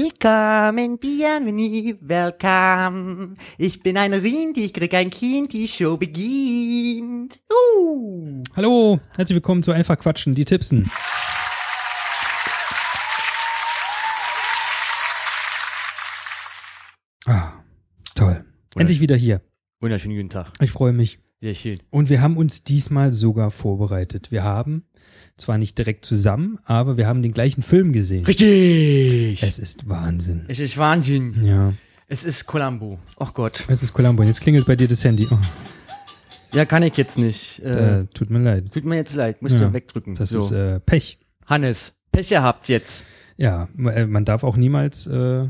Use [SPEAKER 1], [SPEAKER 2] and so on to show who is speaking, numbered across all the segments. [SPEAKER 1] Willkommen, bienvenue, welcome. Ich bin ein Rind, ich krieg ein Kind, die Show beginnt. Uh.
[SPEAKER 2] Hallo, herzlich willkommen zu Einfach Quatschen, die Tippsen. Ah, toll. Endlich wieder hier.
[SPEAKER 3] Wunderschönen guten Tag.
[SPEAKER 2] Ich freue mich.
[SPEAKER 3] Sehr schön.
[SPEAKER 2] Und wir haben uns diesmal sogar vorbereitet. Wir haben zwar nicht direkt zusammen, aber wir haben den gleichen Film gesehen.
[SPEAKER 3] Richtig.
[SPEAKER 2] Es ist Wahnsinn.
[SPEAKER 3] Es ist Wahnsinn.
[SPEAKER 2] Ja,
[SPEAKER 3] Es ist Columbo. Oh Gott.
[SPEAKER 2] es ist Columbo. Jetzt klingelt bei dir das Handy. Oh,
[SPEAKER 3] Ja, kann ich jetzt nicht. Äh,
[SPEAKER 2] äh, tut mir leid.
[SPEAKER 3] tut mir jetzt leid. Müsst
[SPEAKER 2] ja.
[SPEAKER 3] ihr wegdrücken.
[SPEAKER 2] Das ist äh, Pech.
[SPEAKER 3] Hannes, Pech gehabt jetzt.
[SPEAKER 2] Ja, ma- äh, man darf auch niemals. Äh,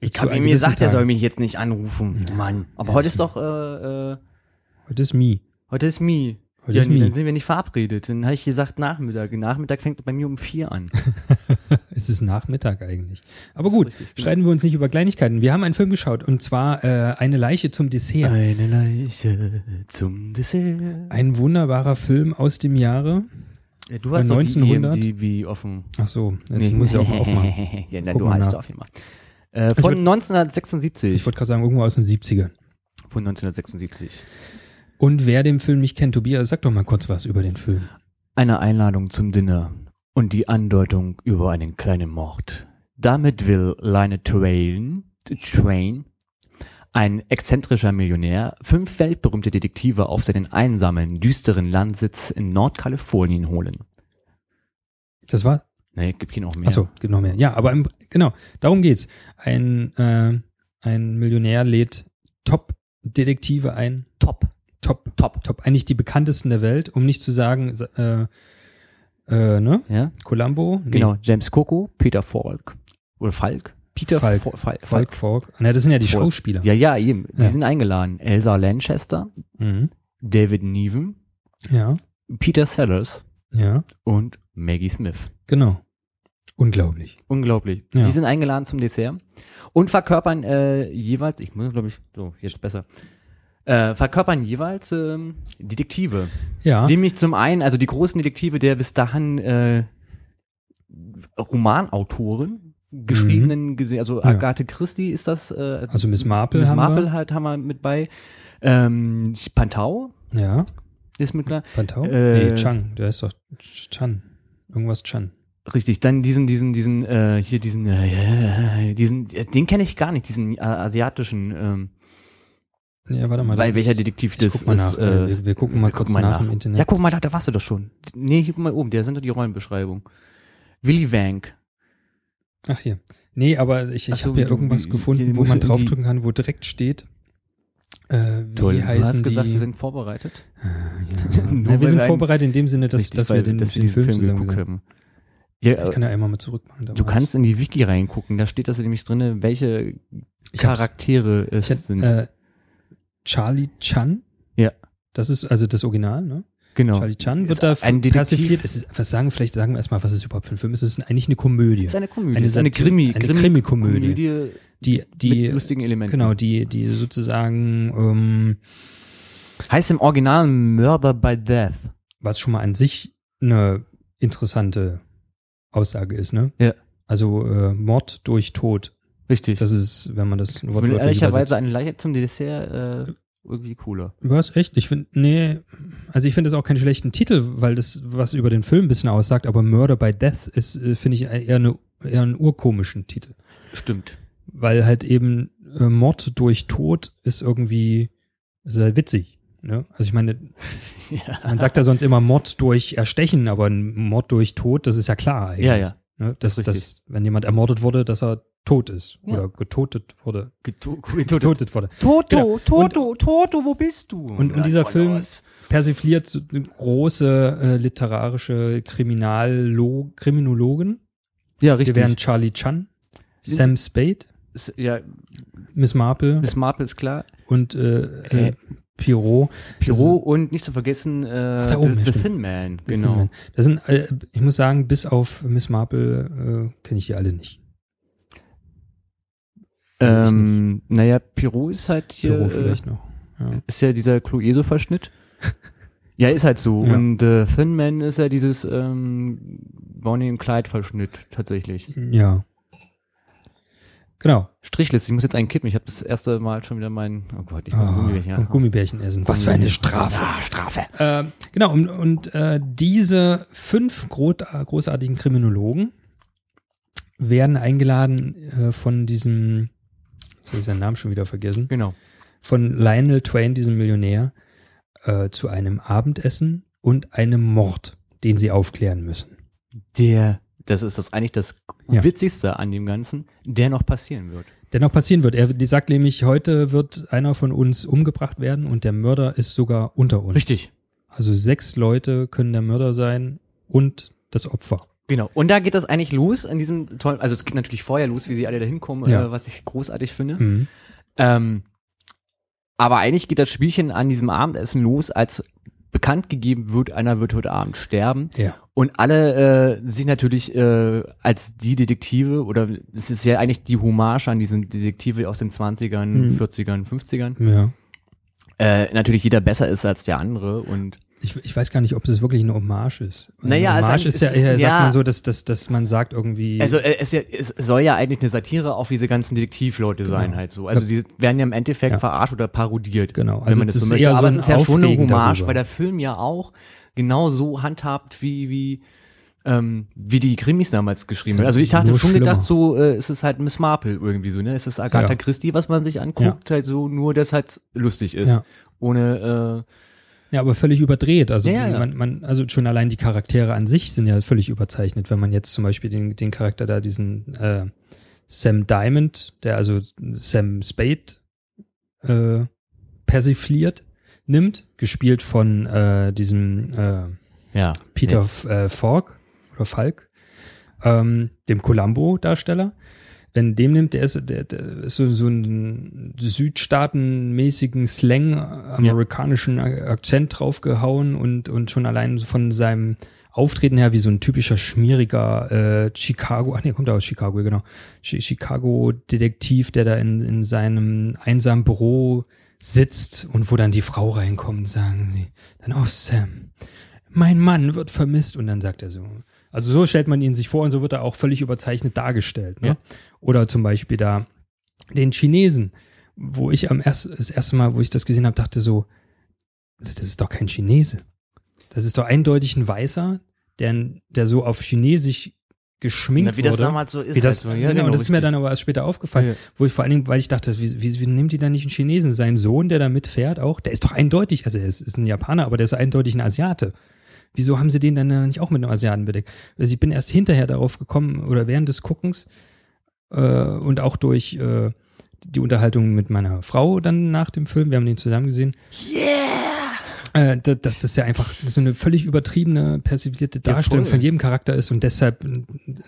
[SPEAKER 3] Ich
[SPEAKER 2] zu
[SPEAKER 3] habe
[SPEAKER 2] einem
[SPEAKER 3] ihm gesagt,
[SPEAKER 2] gewissen
[SPEAKER 3] er
[SPEAKER 2] Tag-
[SPEAKER 3] soll mich jetzt nicht anrufen. Mann. Aber heute ist doch, äh, äh,
[SPEAKER 2] Heute ist Mi.
[SPEAKER 3] heute ist Mi.
[SPEAKER 2] Heute
[SPEAKER 3] ja,
[SPEAKER 2] ist
[SPEAKER 3] nee,
[SPEAKER 2] Mi.
[SPEAKER 3] dann sind wir nicht verabredet. Dann habe ich gesagt Nachmittag. Nachmittag fängt bei mir um vier an.
[SPEAKER 2] Es ist Nachmittag eigentlich. Aber
[SPEAKER 3] Das ist
[SPEAKER 2] gut,
[SPEAKER 3] richtig, genau.
[SPEAKER 2] streiten wir uns nicht über Kleinigkeiten. Wir haben einen Film geschaut und zwar äh, Eine Leiche zum Dessert.
[SPEAKER 3] Eine Leiche zum Dessert.
[SPEAKER 2] Ein wunderbarer Film aus dem Jahre.
[SPEAKER 3] Ja, Äh, du hast doch
[SPEAKER 2] 1900?
[SPEAKER 3] die E IMDb offen.
[SPEAKER 2] Ach so, Äh, jetzt muss ich auch mal aufmachen.
[SPEAKER 3] ja, na,
[SPEAKER 2] Guck
[SPEAKER 3] du
[SPEAKER 2] mal
[SPEAKER 3] hast
[SPEAKER 2] nach.
[SPEAKER 3] du aufgemacht. Äh, von
[SPEAKER 2] würd-
[SPEAKER 3] 1976.
[SPEAKER 2] Ich wollte gerade sagen, irgendwo aus den 70ern.
[SPEAKER 3] von 1976.
[SPEAKER 2] Und wer den Film nicht kennt, Tobias, sag doch mal kurz was über den Film.
[SPEAKER 3] Eine Einladung zum Dinner und die Andeutung über einen kleinen Mord. Damit will Lionel Train, Train, ein exzentrischer Millionär, fünf weltberühmte Detektive auf seinen einsamen, düsteren Landsitz in Nordkalifornien holen.
[SPEAKER 2] Das war?
[SPEAKER 3] Ne, gibt hier noch mehr.
[SPEAKER 2] Ach so, gibt noch mehr. Ja, aber im, genau, darum geht's. Ein, äh, ein Millionär lädt Top-Detektive ein.
[SPEAKER 3] Top.
[SPEAKER 2] Top,
[SPEAKER 3] Top.
[SPEAKER 2] top. Eigentlich die bekanntesten der Welt, um nicht zu sagen, äh, äh, ne?
[SPEAKER 3] Ja?
[SPEAKER 2] Columbo? Nee.
[SPEAKER 3] Genau, James Coco, Peter Falk. Oder Falk? Peter
[SPEAKER 2] Falk.
[SPEAKER 3] Fo- Fal- Falk.
[SPEAKER 2] Falk Falk. Ah, Na, das sind ja die
[SPEAKER 3] Falk.
[SPEAKER 2] Schauspieler.
[SPEAKER 3] Ja, ja, eben. Die
[SPEAKER 2] Ja.
[SPEAKER 3] sind eingeladen. Elsa Lanchester,
[SPEAKER 2] Mhm.
[SPEAKER 3] David Neven,
[SPEAKER 2] ja,
[SPEAKER 3] Peter Sellers
[SPEAKER 2] ja,
[SPEAKER 3] und Maggie Smith.
[SPEAKER 2] genau. Unglaublich.
[SPEAKER 3] Unglaublich.
[SPEAKER 2] Ja.
[SPEAKER 3] Die sind eingeladen zum Dessert und verkörpern äh, jeweils, ich muss glaube ich, so, jetzt besser. Äh, verkörpern jeweils ähm, Detektive.
[SPEAKER 2] Ja,
[SPEAKER 3] Nämlich zum einen, also die großen Detektive der bis dahin äh, Romanautoren geschriebenen, gese- also
[SPEAKER 2] Mhm. Ja.
[SPEAKER 3] Agathe Christie ist das, äh,
[SPEAKER 2] also Miss Marple
[SPEAKER 3] Miss
[SPEAKER 2] haben
[SPEAKER 3] Marple halt haben wir mit bei, ähm, Pantau
[SPEAKER 2] wir. Ja,
[SPEAKER 3] ist mit klar,
[SPEAKER 2] Pantau?
[SPEAKER 3] Äh,
[SPEAKER 2] nee, Chang, der ist doch Ch- Chan. Irgendwas Chan.
[SPEAKER 3] Richtig, dann diesen, diesen, diesen, äh, hier diesen, äh, diesen, äh, den kenne ich gar nicht, diesen äh, asiatischen, ähm,
[SPEAKER 2] Ja, warte mal.
[SPEAKER 3] weil
[SPEAKER 2] das
[SPEAKER 3] welcher
[SPEAKER 2] ist-
[SPEAKER 3] Detektiv
[SPEAKER 2] ich
[SPEAKER 3] das
[SPEAKER 2] guck mal
[SPEAKER 3] ist.
[SPEAKER 2] nach.
[SPEAKER 3] äh,
[SPEAKER 2] wir, wir gucken mal
[SPEAKER 3] wir
[SPEAKER 2] kurz
[SPEAKER 3] gucken
[SPEAKER 2] nach, im Internet.
[SPEAKER 3] Ja, guck mal, da, da warst du doch schon. Nee, hier guck mal oben, da sind doch die Rollenbeschreibung. Willy Wank.
[SPEAKER 2] Ach hier. Nee, aber ich,
[SPEAKER 3] Ach
[SPEAKER 2] ich
[SPEAKER 3] so,
[SPEAKER 2] habe ja
[SPEAKER 3] du-
[SPEAKER 2] irgendwas
[SPEAKER 3] die-
[SPEAKER 2] gefunden,
[SPEAKER 3] die
[SPEAKER 2] wo
[SPEAKER 3] musst
[SPEAKER 2] man
[SPEAKER 3] du irgendwie-
[SPEAKER 2] draufdrücken kann, wo direkt steht. Äh, wie
[SPEAKER 3] Toll, du
[SPEAKER 2] heißen
[SPEAKER 3] hast gesagt,
[SPEAKER 2] die? Ah,
[SPEAKER 3] wir sind vorbereitet.
[SPEAKER 2] ja. Na,
[SPEAKER 3] Nur
[SPEAKER 2] wir
[SPEAKER 3] weil
[SPEAKER 2] sind
[SPEAKER 3] wir ein-
[SPEAKER 2] vorbereitet in dem Sinne, dass,
[SPEAKER 3] Richtig,
[SPEAKER 2] dass wir
[SPEAKER 3] weil-
[SPEAKER 2] den,
[SPEAKER 3] dass wir
[SPEAKER 2] den
[SPEAKER 3] diesen
[SPEAKER 2] Film, zusammen
[SPEAKER 3] geguckt
[SPEAKER 2] gesehen
[SPEAKER 3] haben. Ja, äh,
[SPEAKER 2] Ich kann ja einmal mal zurückmachen.
[SPEAKER 3] du
[SPEAKER 2] damals.
[SPEAKER 3] kannst in die Wiki reingucken, da steht das nämlich drin, welche
[SPEAKER 2] Ich hab's-
[SPEAKER 3] Charaktere es
[SPEAKER 2] Ich hätt,
[SPEAKER 3] sind.
[SPEAKER 2] äh, Charlie Chan.
[SPEAKER 3] Ja.
[SPEAKER 2] Das ist also das Original, ne?
[SPEAKER 3] genau.
[SPEAKER 2] Charlie Chan
[SPEAKER 3] Ist
[SPEAKER 2] wird da
[SPEAKER 3] ein Detektiv.
[SPEAKER 2] persifliert. Es ist, was sagen, vielleicht sagen wir erstmal, was ist überhaupt für ein Film? Es ist eigentlich eine Komödie.
[SPEAKER 3] Es ist eine Komödie,
[SPEAKER 2] Eine
[SPEAKER 3] es ist eine
[SPEAKER 2] Satir-
[SPEAKER 3] Krimi,
[SPEAKER 2] eine
[SPEAKER 3] Krimi-
[SPEAKER 2] Krimikomödie.
[SPEAKER 3] Komödie
[SPEAKER 2] Die, die,
[SPEAKER 3] mit lustigen Elementen.
[SPEAKER 2] genau, die, die sozusagen, ähm,
[SPEAKER 3] Heißt im Original Murder by Death.
[SPEAKER 2] was schon mal an sich eine interessante Aussage ist, ne?
[SPEAKER 3] Ja.
[SPEAKER 2] Also, äh, Mord durch Tod.
[SPEAKER 3] Richtig.
[SPEAKER 2] Das ist, wenn man das
[SPEAKER 3] ich finde
[SPEAKER 2] wortwörtlich übersetzt.
[SPEAKER 3] ehrlicherweise eine Leiche zum Dessert äh, irgendwie cooler.
[SPEAKER 2] Was? Echt? Ich finde, nee, also ich finde das auch keinen schlechten Titel, weil das was über den Film ein bisschen aussagt, aber Murder by Death ist, äh, finde ich, eher, eine, eher einen urkomischen Titel.
[SPEAKER 3] Stimmt.
[SPEAKER 2] Weil halt eben äh, Mord durch Tod ist irgendwie, ist halt witzig. Ne? Also ich meine,
[SPEAKER 3] ja.
[SPEAKER 2] man sagt ja sonst immer Mord durch Erstechen, aber ein Mord durch Tod, das ist ja klar eigentlich.
[SPEAKER 3] ja, ja.
[SPEAKER 2] Ne? Dass,
[SPEAKER 3] Richtig.
[SPEAKER 2] dass, wenn jemand ermordet wurde, dass er tot ist
[SPEAKER 3] Ja.
[SPEAKER 2] oder getötet wurde.
[SPEAKER 3] Geto-
[SPEAKER 2] Getötet wurde.
[SPEAKER 3] Toto,
[SPEAKER 2] Genau.
[SPEAKER 3] Toto, Toto, wo bist du?
[SPEAKER 2] Und, und dieser Film persifliert so eine große äh, literarische Kriminalo Kriminologen.
[SPEAKER 3] Ja,
[SPEAKER 2] Wir wären
[SPEAKER 3] richtig.
[SPEAKER 2] Charlie Chan,
[SPEAKER 3] Sind-
[SPEAKER 2] Sam Spade,
[SPEAKER 3] S- Ja,
[SPEAKER 2] Miss Marple
[SPEAKER 3] Miss Marple ist klar.
[SPEAKER 2] und äh,
[SPEAKER 3] Äh,
[SPEAKER 2] äh, Pierrot.
[SPEAKER 3] Pyro und nicht zu vergessen äh,
[SPEAKER 2] da oben, ja,
[SPEAKER 3] The, The
[SPEAKER 2] stimmt.
[SPEAKER 3] Thin Man.
[SPEAKER 2] Das
[SPEAKER 3] Genau.
[SPEAKER 2] sind- Das sind, äh, ich muss sagen, bis auf Miss Marple äh, kenne ich die alle nicht. Also ich
[SPEAKER 3] Ähm, naja, Pyro ist halt hier.
[SPEAKER 2] Pierrot
[SPEAKER 3] äh,
[SPEAKER 2] vielleicht noch. Ja.
[SPEAKER 3] ist ja dieser Clueso-Verschnitt. ja, ist halt so.
[SPEAKER 2] Ja.
[SPEAKER 3] Und äh, Thin Man ist ja dieses ähm, Bonnie und Clyde-Verschnitt tatsächlich.
[SPEAKER 2] ja. Genau.
[SPEAKER 3] Strichliste, ich muss jetzt einen kippen. Ich habe das erste Mal schon wieder meinen. Oh Gott, ich bin
[SPEAKER 2] Ah,
[SPEAKER 3] Gummibärchen.
[SPEAKER 2] und Gummibärchen essen. Was für eine Strafe.
[SPEAKER 3] Ah, Strafe.
[SPEAKER 2] Ähm, genau, und, und äh, diese fünf gro großartigen Kriminologen werden eingeladen äh, von diesem, jetzt habe ich seinen Namen schon wieder vergessen,
[SPEAKER 3] Genau.
[SPEAKER 2] von Lionel Twain, diesem Millionär, äh, zu einem Abendessen und einem Mord, den sie aufklären müssen.
[SPEAKER 3] Der, das ist das eigentlich das
[SPEAKER 2] Ja.
[SPEAKER 3] Witzigste an dem Ganzen, der noch passieren wird.
[SPEAKER 2] Dennoch passieren wird. Er die sagt nämlich, heute wird einer von uns umgebracht werden und der Mörder ist sogar unter uns.
[SPEAKER 3] Richtig.
[SPEAKER 2] Also sechs Leute können der Mörder sein und das Opfer.
[SPEAKER 3] Genau. Und da geht das eigentlich los in diesem tollen, also es geht natürlich vorher los, wie sie alle da hinkommen,
[SPEAKER 2] Ja.
[SPEAKER 3] äh, was ich großartig finde.
[SPEAKER 2] Mhm.
[SPEAKER 3] Ähm, aber eigentlich geht das Spielchen an diesem Abendessen los, als bekannt gegeben wird, einer wird heute Abend sterben.
[SPEAKER 2] Ja.
[SPEAKER 3] Und alle äh, sich natürlich äh, als die Detektive, oder es ist ja eigentlich die Hommage an diesen Detektive aus den 20ern,
[SPEAKER 2] Mhm.
[SPEAKER 3] 40ern, 50ern,
[SPEAKER 2] Ja.
[SPEAKER 3] äh, natürlich jeder besser ist als der andere. Und
[SPEAKER 2] Ich, ich weiß gar nicht, ob es wirklich eine Hommage ist. Eine
[SPEAKER 3] Naja, also
[SPEAKER 2] Hommage
[SPEAKER 3] eigentlich
[SPEAKER 2] ist ja,
[SPEAKER 3] ist es-
[SPEAKER 2] ja, sagt
[SPEAKER 3] ja.
[SPEAKER 2] man so, dass, dass, dass man sagt irgendwie.
[SPEAKER 3] also äh, es, ja- es soll ja eigentlich eine Satire auf diese ganzen Detektivleute sein,
[SPEAKER 2] Genau.
[SPEAKER 3] halt so. Also die werden ja im Endeffekt
[SPEAKER 2] Ja.
[SPEAKER 3] verarscht oder parodiert.
[SPEAKER 2] Genau,
[SPEAKER 3] wenn
[SPEAKER 2] also
[SPEAKER 3] man
[SPEAKER 2] es
[SPEAKER 3] das so
[SPEAKER 2] ist
[SPEAKER 3] möchte.
[SPEAKER 2] eher so
[SPEAKER 3] Aber es
[SPEAKER 2] ein
[SPEAKER 3] ist ja schon eine
[SPEAKER 2] Aufregen
[SPEAKER 3] Hommage,
[SPEAKER 2] darüber.
[SPEAKER 3] weil der Film ja auch genau so handhabt wie, wie, ähm, wie die Krimis damals geschrieben werden. Also ich hatte
[SPEAKER 2] Nur
[SPEAKER 3] schon
[SPEAKER 2] schlimmer.
[SPEAKER 3] gedacht, so äh, es ist halt Miss Marple irgendwie so, ne? Es ist Agatha
[SPEAKER 2] Ja.
[SPEAKER 3] Christie, was man sich anguckt, halt so, nur dass halt lustig ist.
[SPEAKER 2] Ja.
[SPEAKER 3] Ohne äh,
[SPEAKER 2] ja, aber völlig überdreht. Also,
[SPEAKER 3] Ja, ja.
[SPEAKER 2] man, man, also schon allein die Charaktere an sich sind ja völlig überzeichnet. Wenn man jetzt zum Beispiel den, den Charakter da, diesen äh, Sam Diamond, der also Sam Spade äh, persifliert, nimmt, gespielt von äh, diesem äh,
[SPEAKER 3] ja,
[SPEAKER 2] Peter
[SPEAKER 3] jetzt.
[SPEAKER 2] F- äh, Falk oder Falk, ähm, dem Columbo-Darsteller. Wenn dem nimmt, der ist, der, der ist so, so einen südstaatenmäßigen Slang, äh, amerikanischen A- Akzent draufgehauen und, und schon allein von seinem Auftreten her wie so ein typischer schmieriger äh, Chicago, ach nee, kommt er aus Chicago, genau. Chi- Chicago-Detektiv, der da in, in seinem einsamen Büro sitzt und wo dann die Frau reinkommt, sagen sie, dann auch Sam mein Mann wird vermisst. Und dann sagt er so. Also so stellt man ihn sich vor und so wird er auch völlig überzeichnet dargestellt. Ne?
[SPEAKER 3] Ja.
[SPEAKER 2] Oder zum Beispiel da den Chinesen, wo ich am erst, das erste Mal, wo ich das gesehen habe, dachte so, das ist doch kein Chinese. Das ist doch eindeutig ein Weißer, der, der so auf Chinesisch geschminkt
[SPEAKER 3] Na, wie das
[SPEAKER 2] wurde.
[SPEAKER 3] damals so ist.
[SPEAKER 2] Wie das,
[SPEAKER 3] halt so.
[SPEAKER 2] genau, das ist mir
[SPEAKER 3] richtig.
[SPEAKER 2] dann aber erst später aufgefallen,
[SPEAKER 3] Ja.
[SPEAKER 2] wo ich vor allen Dingen, weil ich dachte, wie, wie, wie nimmt die da nicht einen Chinesen? Sein Sohn, der da mitfährt, auch, der ist doch eindeutig, also er ist, ist ein Japaner, aber der ist eindeutig ein Asiate. Wieso haben sie den dann nicht auch mit einem Asiaten bedeckt? Also ich bin erst hinterher darauf gekommen oder während des Guckens äh, und auch durch äh, die Unterhaltung mit meiner Frau dann nach dem Film, wir haben den zusammen gesehen, äh, da- dass das ja einfach so eine völlig übertriebene, persiflierte
[SPEAKER 3] Ja,
[SPEAKER 2] Darstellung
[SPEAKER 3] voll.
[SPEAKER 2] von jedem Charakter ist und deshalb äh,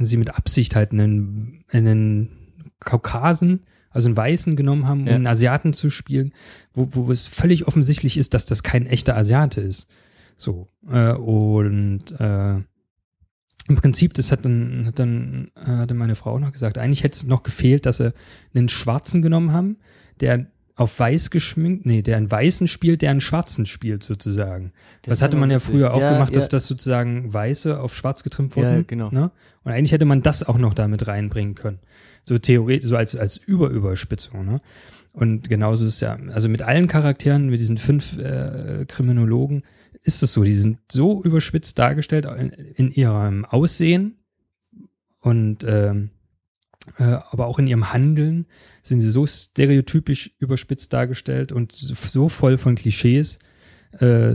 [SPEAKER 2] sie mit Absicht halt einen, einen Kaukasen, also einen Weißen genommen haben, um
[SPEAKER 3] Ja.
[SPEAKER 2] einen Asiaten zu spielen, wo, wo es völlig offensichtlich ist, dass das kein echter Asiate ist. So. Äh, und äh, im Prinzip, das hat dann, hat dann, äh, hat dann meine Frau noch gesagt, eigentlich hätte es noch gefehlt, dass sie einen Schwarzen genommen haben, der auf weiß geschminkt, nee, der einen Weißen spielt, der einen Schwarzen spielt, sozusagen.
[SPEAKER 3] Das
[SPEAKER 2] das hatte
[SPEAKER 3] ist
[SPEAKER 2] man ja
[SPEAKER 3] witzig.
[SPEAKER 2] früher auch
[SPEAKER 3] Ja,
[SPEAKER 2] gemacht, dass
[SPEAKER 3] ja.
[SPEAKER 2] das sozusagen Weiße auf Schwarz getrimmt
[SPEAKER 3] Ja,
[SPEAKER 2] wurden.
[SPEAKER 3] genau.
[SPEAKER 2] Ne? Und eigentlich hätte man das auch noch damit reinbringen können. So theoretisch, so als, als Überüberspitzung, ne? Und genauso ist es ja, also mit allen Charakteren, mit diesen fünf äh, Kriminologen, ist es so. Die sind so überspitzt dargestellt in, in ihrem Aussehen und ähm, äh, aber auch in ihrem Handeln sind sie so stereotypisch überspitzt dargestellt und so voll von Klischees. Äh,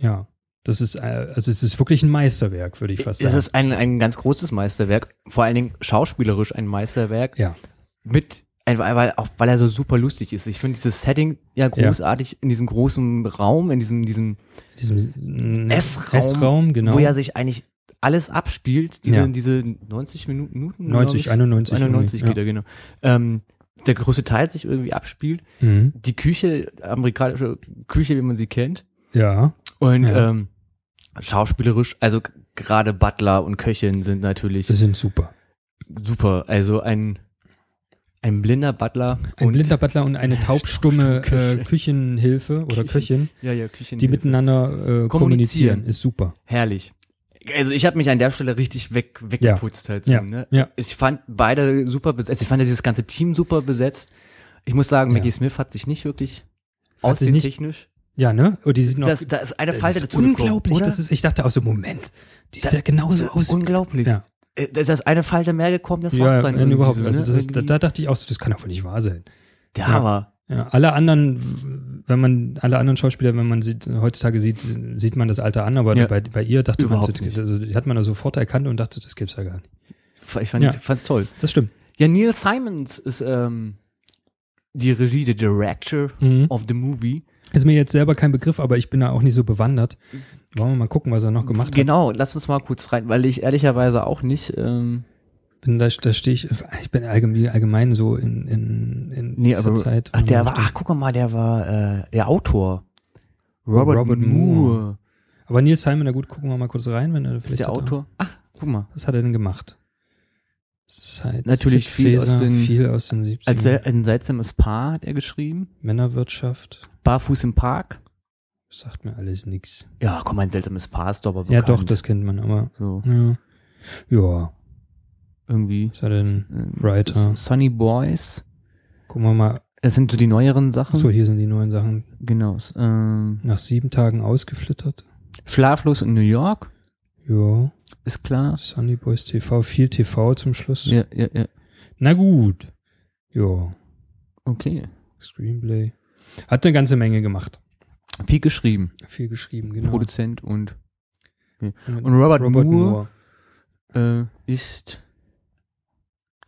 [SPEAKER 2] ja, das ist äh, also es ist wirklich ein Meisterwerk, würde ich fast
[SPEAKER 3] Äh, Es
[SPEAKER 2] sagen.
[SPEAKER 3] ist ein, ein ganz großes Meisterwerk, vor allen Dingen schauspielerisch ein Meisterwerk.
[SPEAKER 2] ja,
[SPEAKER 3] mit, ein- weil, weil, auch weil er so super lustig ist. Ich finde dieses Setting ja großartig in diesem großen Raum, in diesem, diesem
[SPEAKER 2] diesem äh,
[SPEAKER 3] Essraum,
[SPEAKER 2] Essraum, genau.
[SPEAKER 3] wo ja sich eigentlich alles abspielt, diese,
[SPEAKER 2] Ja.
[SPEAKER 3] diese 90 Minu- Minuten.
[SPEAKER 2] 90,
[SPEAKER 3] glaub ich.
[SPEAKER 2] 91,
[SPEAKER 3] 91
[SPEAKER 2] irgendwie,
[SPEAKER 3] geht er, genau. Ähm, der größte Teil sich irgendwie abspielt.
[SPEAKER 2] mhm.
[SPEAKER 3] Die Küche, amerikanische Küche, wie man sie kennt.
[SPEAKER 2] ja,
[SPEAKER 3] Und
[SPEAKER 2] Ja.
[SPEAKER 3] ähm, schauspielerisch, also g- gerade Butler und Köchin sind natürlich
[SPEAKER 2] sie sind super.
[SPEAKER 3] super. Also ein, ein blinder Butler.
[SPEAKER 2] Ein
[SPEAKER 3] und-
[SPEAKER 2] blinder Butler und eine taubstumme
[SPEAKER 3] Küche.
[SPEAKER 2] äh, Küchenhilfe oder
[SPEAKER 3] Küchen-
[SPEAKER 2] Köchin,
[SPEAKER 3] Ja, ja, Küchen.
[SPEAKER 2] die miteinander äh, kommunizieren, ist super.
[SPEAKER 3] Herrlich. also ich habe mich an der Stelle richtig weg, weggeputzt halt so,
[SPEAKER 2] Ja.
[SPEAKER 3] ne?
[SPEAKER 2] Ja.
[SPEAKER 3] Ich fand beide super besetzt. Ich fand dieses ganze Team super besetzt. Ich muss sagen, Maggie Smith hat sich nicht wirklich
[SPEAKER 2] Hat sich nicht-
[SPEAKER 3] aussehentechnisch.
[SPEAKER 2] Ja, ne? Und die sieht noch.
[SPEAKER 3] Das, da ist eine
[SPEAKER 2] das
[SPEAKER 3] Falte
[SPEAKER 2] ist
[SPEAKER 3] dazu gekommen,
[SPEAKER 2] unglaublich.
[SPEAKER 3] oder?
[SPEAKER 2] Das ist, ich dachte auch so, Moment, die sieht
[SPEAKER 3] Da-
[SPEAKER 2] ja genauso aus.
[SPEAKER 3] unglaublich.
[SPEAKER 2] Ja.
[SPEAKER 3] Äh, Da ist das eine Falte mehr gekommen, das war's
[SPEAKER 2] Ja,
[SPEAKER 3] dann
[SPEAKER 2] nein,
[SPEAKER 3] irgendwie
[SPEAKER 2] überhaupt.
[SPEAKER 3] so, ne?
[SPEAKER 2] Also das ist, da,
[SPEAKER 3] Irgendwie-
[SPEAKER 2] da dachte ich auch so, das kann doch wohl nicht wahr sein.
[SPEAKER 3] der
[SPEAKER 2] ja.
[SPEAKER 3] Hammer.
[SPEAKER 2] Ja, alle anderen, wenn man, alle anderen Schauspieler, wenn man sieht, heutzutage sieht, sieht man das Alter an, aber
[SPEAKER 3] Ja.
[SPEAKER 2] bei, bei ihr dachte man,
[SPEAKER 3] Überhaupt
[SPEAKER 2] so, das, also, die hat man da sofort erkannt und dachte, das gibt's ja gar nicht.
[SPEAKER 3] Ich fand,
[SPEAKER 2] Ja.
[SPEAKER 3] fand's toll.
[SPEAKER 2] Das stimmt.
[SPEAKER 3] Ja, Neil Simons ist ähm, die Regie, der Director
[SPEAKER 2] Mhm.
[SPEAKER 3] of the Movie.
[SPEAKER 2] Ist mir jetzt selber kein Begriff, aber ich bin da auch nicht so bewandert. Wollen wir mal gucken, was er noch gemacht hat.
[SPEAKER 3] Genau, lass uns mal kurz rein, weil ich ehrlicherweise auch nicht. Ähm,
[SPEAKER 2] Bin, da, da stehe ich, ich bin allgemein, allgemein so in, in, in
[SPEAKER 3] nee,
[SPEAKER 2] dieser
[SPEAKER 3] aber,
[SPEAKER 2] Zeit.
[SPEAKER 3] ach, der war, ach, guck mal, der war äh, der Autor. Robert,
[SPEAKER 2] Robert
[SPEAKER 3] Moore,
[SPEAKER 2] Moore. aber Neil Simon, na gut, gucken wir mal kurz rein, wenn er
[SPEAKER 3] ist
[SPEAKER 2] vielleicht
[SPEAKER 3] der
[SPEAKER 2] hat er-
[SPEAKER 3] Autor. Ach, guck mal.
[SPEAKER 2] Was hat er denn gemacht? Seit
[SPEAKER 3] Natürlich
[SPEAKER 2] Six
[SPEAKER 3] viel aus den-
[SPEAKER 2] viel aus den 70ern.
[SPEAKER 3] Als sel ein seltsames Paar hat er geschrieben.
[SPEAKER 2] Männerwirtschaft,
[SPEAKER 3] Barfuß im Park.
[SPEAKER 2] sagt mir alles nichts.
[SPEAKER 3] Ja, komm, ein seltsames Paar ist doch aber
[SPEAKER 2] Ja,
[SPEAKER 3] bekannt.
[SPEAKER 2] doch, das kennt man, aber
[SPEAKER 3] So,
[SPEAKER 2] ja. Ja,
[SPEAKER 3] irgendwie.
[SPEAKER 2] was hat er denn?
[SPEAKER 3] ähm,
[SPEAKER 2] Writer.
[SPEAKER 3] Sunny Boys.
[SPEAKER 2] Gucken wir mal.
[SPEAKER 3] Das sind so die neueren Sachen.
[SPEAKER 2] Achso, hier sind die neuen Sachen.
[SPEAKER 3] Genau. Ähm,
[SPEAKER 2] Nach sieben Tagen ausgeflittert.
[SPEAKER 3] Schlaflos in New York,
[SPEAKER 2] Ja,
[SPEAKER 3] ist klar.
[SPEAKER 2] Sunny Boys TV, viel TV zum Schluss.
[SPEAKER 3] Ja, ja, ja.
[SPEAKER 2] Na gut. Ja,
[SPEAKER 3] Okay.
[SPEAKER 2] Screenplay. Hat eine ganze Menge gemacht.
[SPEAKER 3] Viel geschrieben.
[SPEAKER 2] Viel geschrieben, genau.
[SPEAKER 3] Produzent und und Robert Moore. äh, ist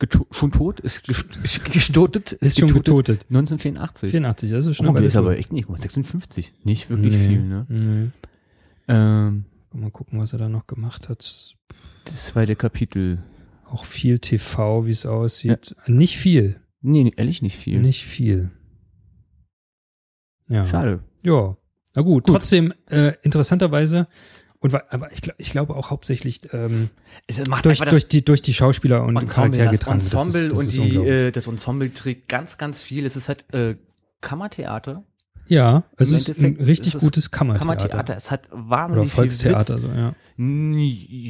[SPEAKER 3] geto- schon tot, ist gest gestotet,
[SPEAKER 2] Ist, schon
[SPEAKER 3] getötet.
[SPEAKER 2] getotet.
[SPEAKER 3] 1984.
[SPEAKER 2] 84, das ist
[SPEAKER 3] Oh,
[SPEAKER 2] schon
[SPEAKER 3] man,
[SPEAKER 2] eine
[SPEAKER 3] die ist
[SPEAKER 2] Weile
[SPEAKER 3] aber echt nicht, guck mal, 56. Nicht
[SPEAKER 2] zurück.
[SPEAKER 3] wirklich
[SPEAKER 2] Nee,
[SPEAKER 3] viel, ne?
[SPEAKER 2] nee.
[SPEAKER 3] Ähm,
[SPEAKER 2] Mal gucken, was er da noch gemacht hat.
[SPEAKER 3] das zweite Kapitel.
[SPEAKER 2] Auch viel TV, wie es aussieht. Nicht viel.
[SPEAKER 3] Nee, nee, ehrlich nicht viel.
[SPEAKER 2] Nicht viel. Ja.
[SPEAKER 3] Schade.
[SPEAKER 2] Ja. Na gut,
[SPEAKER 3] Gut.
[SPEAKER 2] trotzdem äh, interessanterweise und wa- aber ich, gla- ich glaube auch hauptsächlich ähm,
[SPEAKER 3] Es macht
[SPEAKER 2] durch,
[SPEAKER 3] einfach
[SPEAKER 2] durch, die, durch die Schauspieler und
[SPEAKER 3] Ensemble,
[SPEAKER 2] Charaktere
[SPEAKER 3] das
[SPEAKER 2] getragen.
[SPEAKER 3] Ensemble
[SPEAKER 2] das ist, das
[SPEAKER 3] und
[SPEAKER 2] ist
[SPEAKER 3] die,
[SPEAKER 2] unglaublich.
[SPEAKER 3] äh, das Ensemble trägt ganz, ganz viel. Es ist halt äh, Kammertheater.
[SPEAKER 2] ja, also es
[SPEAKER 3] im
[SPEAKER 2] ist ein
[SPEAKER 3] Endeffekt
[SPEAKER 2] richtig
[SPEAKER 3] ist es
[SPEAKER 2] gutes Kammertheater.
[SPEAKER 3] Kammertheater. Es hat
[SPEAKER 2] Oder
[SPEAKER 3] wahnsinnig viel
[SPEAKER 2] Volkstheater,
[SPEAKER 3] Witz.
[SPEAKER 2] so, ja.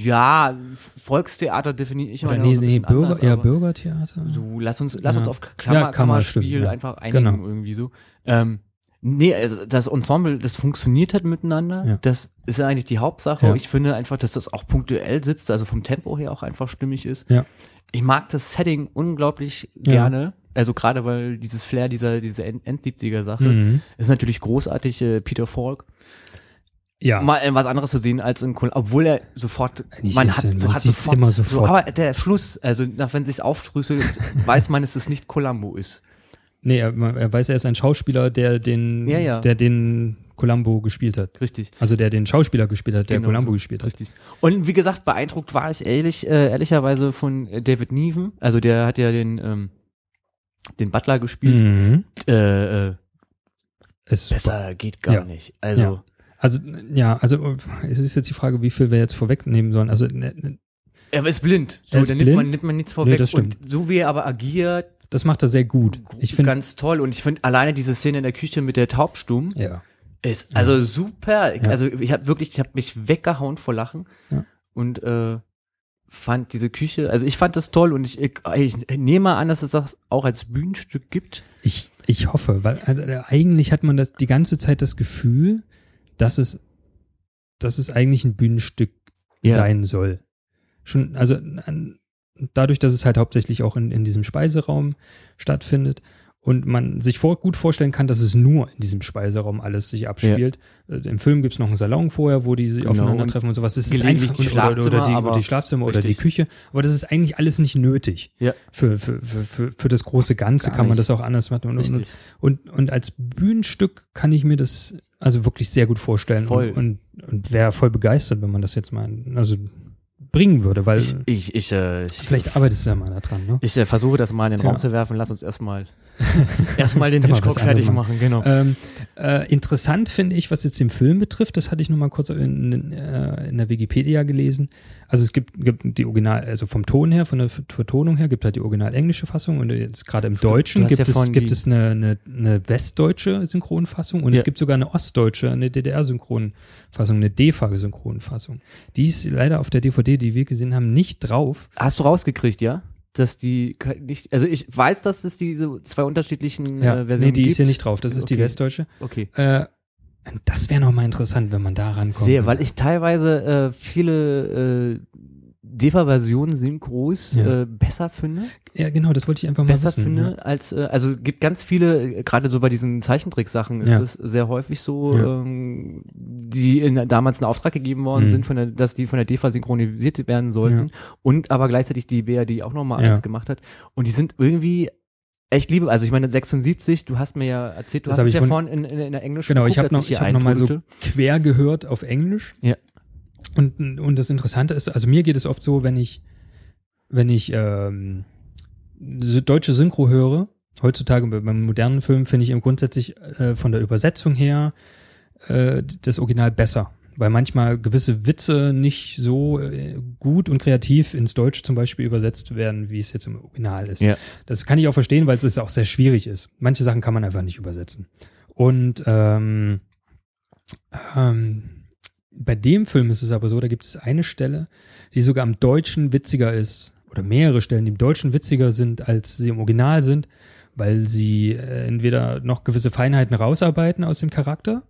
[SPEAKER 3] Ja, Volkstheater definiere ich immer
[SPEAKER 2] Oder
[SPEAKER 3] noch
[SPEAKER 2] nee,
[SPEAKER 3] so ein
[SPEAKER 2] nee,
[SPEAKER 3] bisschen
[SPEAKER 2] Bürger,
[SPEAKER 3] anders,
[SPEAKER 2] eher
[SPEAKER 3] aber
[SPEAKER 2] Bürgertheater.
[SPEAKER 3] So, lass uns, lass
[SPEAKER 2] Mhm. Ja.
[SPEAKER 3] uns auf Klammer,
[SPEAKER 2] Ja, Kammer, stimmt,
[SPEAKER 3] Kammerspiel
[SPEAKER 2] ja.
[SPEAKER 3] einfach einigen
[SPEAKER 2] Genau.
[SPEAKER 3] irgendwie so. Ähm, nee, also das Ensemble, das funktioniert halt miteinander.
[SPEAKER 2] Ja.
[SPEAKER 3] Das ist ja eigentlich die Hauptsache.
[SPEAKER 2] Ja.
[SPEAKER 3] Ich finde einfach, dass das auch punktuell sitzt, also vom Tempo her auch einfach stimmig ist.
[SPEAKER 2] Ja.
[SPEAKER 3] Ich mag das Setting unglaublich
[SPEAKER 2] Ja.
[SPEAKER 3] gerne. Also gerade weil dieses Flair dieser, dieser End-70er-Sache
[SPEAKER 2] Mhm.
[SPEAKER 3] ist natürlich großartig, äh, Peter Falk
[SPEAKER 2] Ja.
[SPEAKER 3] mal äh, was anderes zu sehen als in Kol obwohl er sofort
[SPEAKER 2] Eigentlich
[SPEAKER 3] man
[SPEAKER 2] ist
[SPEAKER 3] hat,
[SPEAKER 2] er-
[SPEAKER 3] so,
[SPEAKER 2] man
[SPEAKER 3] hat
[SPEAKER 2] sieht's
[SPEAKER 3] sofort,
[SPEAKER 2] immer sofort.
[SPEAKER 3] So, aber der Schluss, also nach wenn sich's aufdrüsselt, weiß man, dass es nicht Columbo ist.
[SPEAKER 2] Nee, er, er weiß, er ist ein Schauspieler, der den,
[SPEAKER 3] Ja, ja.
[SPEAKER 2] der den Columbo gespielt hat.
[SPEAKER 3] Richtig.
[SPEAKER 2] Also der den Schauspieler gespielt hat, der
[SPEAKER 3] Genau
[SPEAKER 2] Columbo
[SPEAKER 3] so.
[SPEAKER 2] gespielt hat.
[SPEAKER 3] Richtig. Und wie gesagt, beeindruckt war ich ehrlich, äh, ehrlicherweise von äh, David Neven. Also der hat ja den ähm, den Butler gespielt.
[SPEAKER 2] Mhm.
[SPEAKER 3] Äh, äh,
[SPEAKER 2] Es ist
[SPEAKER 3] besser geht gar
[SPEAKER 2] Ja.
[SPEAKER 3] nicht. Also
[SPEAKER 2] Ja. Also, ja, also es ist jetzt die Frage, wie viel wir jetzt vorwegnehmen sollen. Also, ne, ne,
[SPEAKER 3] er ist blind. So,
[SPEAKER 2] Er ist
[SPEAKER 3] da
[SPEAKER 2] blind.
[SPEAKER 3] nimmt man nimmt man nichts vorweg.
[SPEAKER 2] das stimmt.
[SPEAKER 3] Und so wie er aber agiert,
[SPEAKER 2] das macht er sehr gut. Ich finde,
[SPEAKER 3] ganz toll. Und ich finde alleine diese Szene in der Küche mit der Taubstumm.
[SPEAKER 2] ja.
[SPEAKER 3] Ist also super.
[SPEAKER 2] Ja.
[SPEAKER 3] Also ich habe wirklich, ich habe mich weggehauen vor Lachen
[SPEAKER 2] Ja.
[SPEAKER 3] und äh, fand diese Küche, also ich fand das toll und ich, ich, ich nehme an, dass es das auch als Bühnenstück gibt.
[SPEAKER 2] Ich, ich hoffe, weil also, äh, eigentlich hat man das die ganze Zeit das Gefühl, dass es, dass es eigentlich ein Bühnenstück
[SPEAKER 3] Ja.
[SPEAKER 2] sein soll. Schon, also an- dadurch, dass es halt hauptsächlich auch in, in diesem Speiseraum stattfindet und man sich vor, gut vorstellen kann, dass es nur in diesem Speiseraum alles sich abspielt. Äh, Im Film gibt es noch einen Salon vorher, wo die sich
[SPEAKER 3] Genau,
[SPEAKER 2] aufeinandertreffen und sowas. Es ist
[SPEAKER 3] gelegentlich
[SPEAKER 2] einfach
[SPEAKER 3] die
[SPEAKER 2] oder, oder, oder, die,
[SPEAKER 3] Schlafzimmer,
[SPEAKER 2] oder
[SPEAKER 3] aber-
[SPEAKER 2] die Schlafzimmer oder die
[SPEAKER 3] Richtig.
[SPEAKER 2] Küche. Aber das ist eigentlich alles nicht nötig.
[SPEAKER 3] Ja.
[SPEAKER 2] Für, für, für, für, für das große Ganze
[SPEAKER 3] Gar
[SPEAKER 2] kann man
[SPEAKER 3] nicht.
[SPEAKER 2] das auch anders machen. Und, und, und, und als Bühnenstück kann ich mir das also wirklich sehr gut vorstellen
[SPEAKER 3] Voll.
[SPEAKER 2] und, und, und wäre voll begeistert, wenn man das jetzt mal, also bringen würde, weil
[SPEAKER 3] Ich, ich, ich, äh, ich,
[SPEAKER 2] vielleicht arbeitest du ja mal daran, ne?
[SPEAKER 3] ich äh, versuche das mal in den
[SPEAKER 2] Ja.
[SPEAKER 3] Raum zu werfen. Lass uns erstmal erstmal den
[SPEAKER 2] Mal was
[SPEAKER 3] Hitchcock fertig
[SPEAKER 2] anderes
[SPEAKER 3] machen. Genau.
[SPEAKER 2] Ähm, äh, interessant finde ich, was jetzt den Film betrifft, das hatte ich noch mal kurz in, in, äh, in der Wikipedia gelesen. Also es gibt, gibt die Original, also vom Ton her, von der Ver- Vertonung her, gibt halt die original englische Fassung und jetzt gerade im Deutschen
[SPEAKER 3] hast
[SPEAKER 2] gibt,
[SPEAKER 3] ja
[SPEAKER 2] es,
[SPEAKER 3] vorhin
[SPEAKER 2] gibt
[SPEAKER 3] die-
[SPEAKER 2] es eine, eine, eine westdeutsche Synchronfassung und
[SPEAKER 3] Ja.
[SPEAKER 2] es gibt sogar eine ostdeutsche, eine DDR-Synchronfassung, eine DEFA-Synchronfassung. Die ist leider auf der DVD, die wir gesehen haben, nicht drauf.
[SPEAKER 3] Hast du rausgekriegt, ja? Dass die ke- nicht, also ich weiß, dass es diese zwei unterschiedlichen äh, Versionen
[SPEAKER 2] nee, die
[SPEAKER 3] gibt.
[SPEAKER 2] ist hier nicht drauf, das ist die
[SPEAKER 3] Okay.
[SPEAKER 2] westdeutsche.
[SPEAKER 3] Okay.
[SPEAKER 2] Äh, das wäre noch mal interessant, wenn man da rankommt.
[SPEAKER 3] Sehr, weil ich teilweise äh, viele äh, DEFA-Versionen Synchros
[SPEAKER 2] Ja.
[SPEAKER 3] äh, besser finde,
[SPEAKER 2] Ja, genau, das wollte ich einfach mal
[SPEAKER 3] besser
[SPEAKER 2] wissen.
[SPEAKER 3] finde als, äh, also gibt ganz viele, äh, gerade so bei diesen Zeichentricksachen ist
[SPEAKER 2] Ja.
[SPEAKER 3] es sehr häufig so,
[SPEAKER 2] Ja.
[SPEAKER 3] ähm, die in, damals in Auftrag gegeben worden
[SPEAKER 2] Mhm.
[SPEAKER 3] sind, von der, dass die von der DEFA synchronisiert werden sollten und aber gleichzeitig die BRD auch nochmal
[SPEAKER 2] Ja.
[SPEAKER 3] eins gemacht hat und die sind irgendwie echt liebe, also ich meine 76, du hast mir ja erzählt, du
[SPEAKER 2] Das
[SPEAKER 3] hast
[SPEAKER 2] hab
[SPEAKER 3] es
[SPEAKER 2] ich
[SPEAKER 3] ja
[SPEAKER 2] von-
[SPEAKER 3] vorhin in, in, in der englischen
[SPEAKER 2] Genau, ich
[SPEAKER 3] geguckt,
[SPEAKER 2] habe noch,
[SPEAKER 3] als hier
[SPEAKER 2] ich hab noch mal so
[SPEAKER 3] eintrudelte.
[SPEAKER 2] quer gehört auf Englisch.
[SPEAKER 3] Ja.
[SPEAKER 2] Und, und das Interessante ist, also mir geht es oft so, wenn ich, wenn ich ähm, so deutsche Synchro höre, heutzutage bei- beim modernen Film finde ich im grundsätzlich äh, von der Übersetzung her äh, das Original besser. Weil manchmal gewisse Witze nicht so äh, gut und kreativ ins Deutsche zum Beispiel übersetzt werden, wie es jetzt im Original ist.
[SPEAKER 3] Ja.
[SPEAKER 2] Das kann ich auch verstehen, weil es ist auch sehr schwierig ist. Manche Sachen kann man einfach nicht übersetzen. Und ähm, ähm, bei dem Film ist es aber so, da gibt es eine Stelle, die sogar am Deutschen witziger ist, oder mehrere Stellen, die im Deutschen witziger sind, als sie im Original sind, weil sie äh, entweder noch gewisse Feinheiten rausarbeiten aus dem Charakter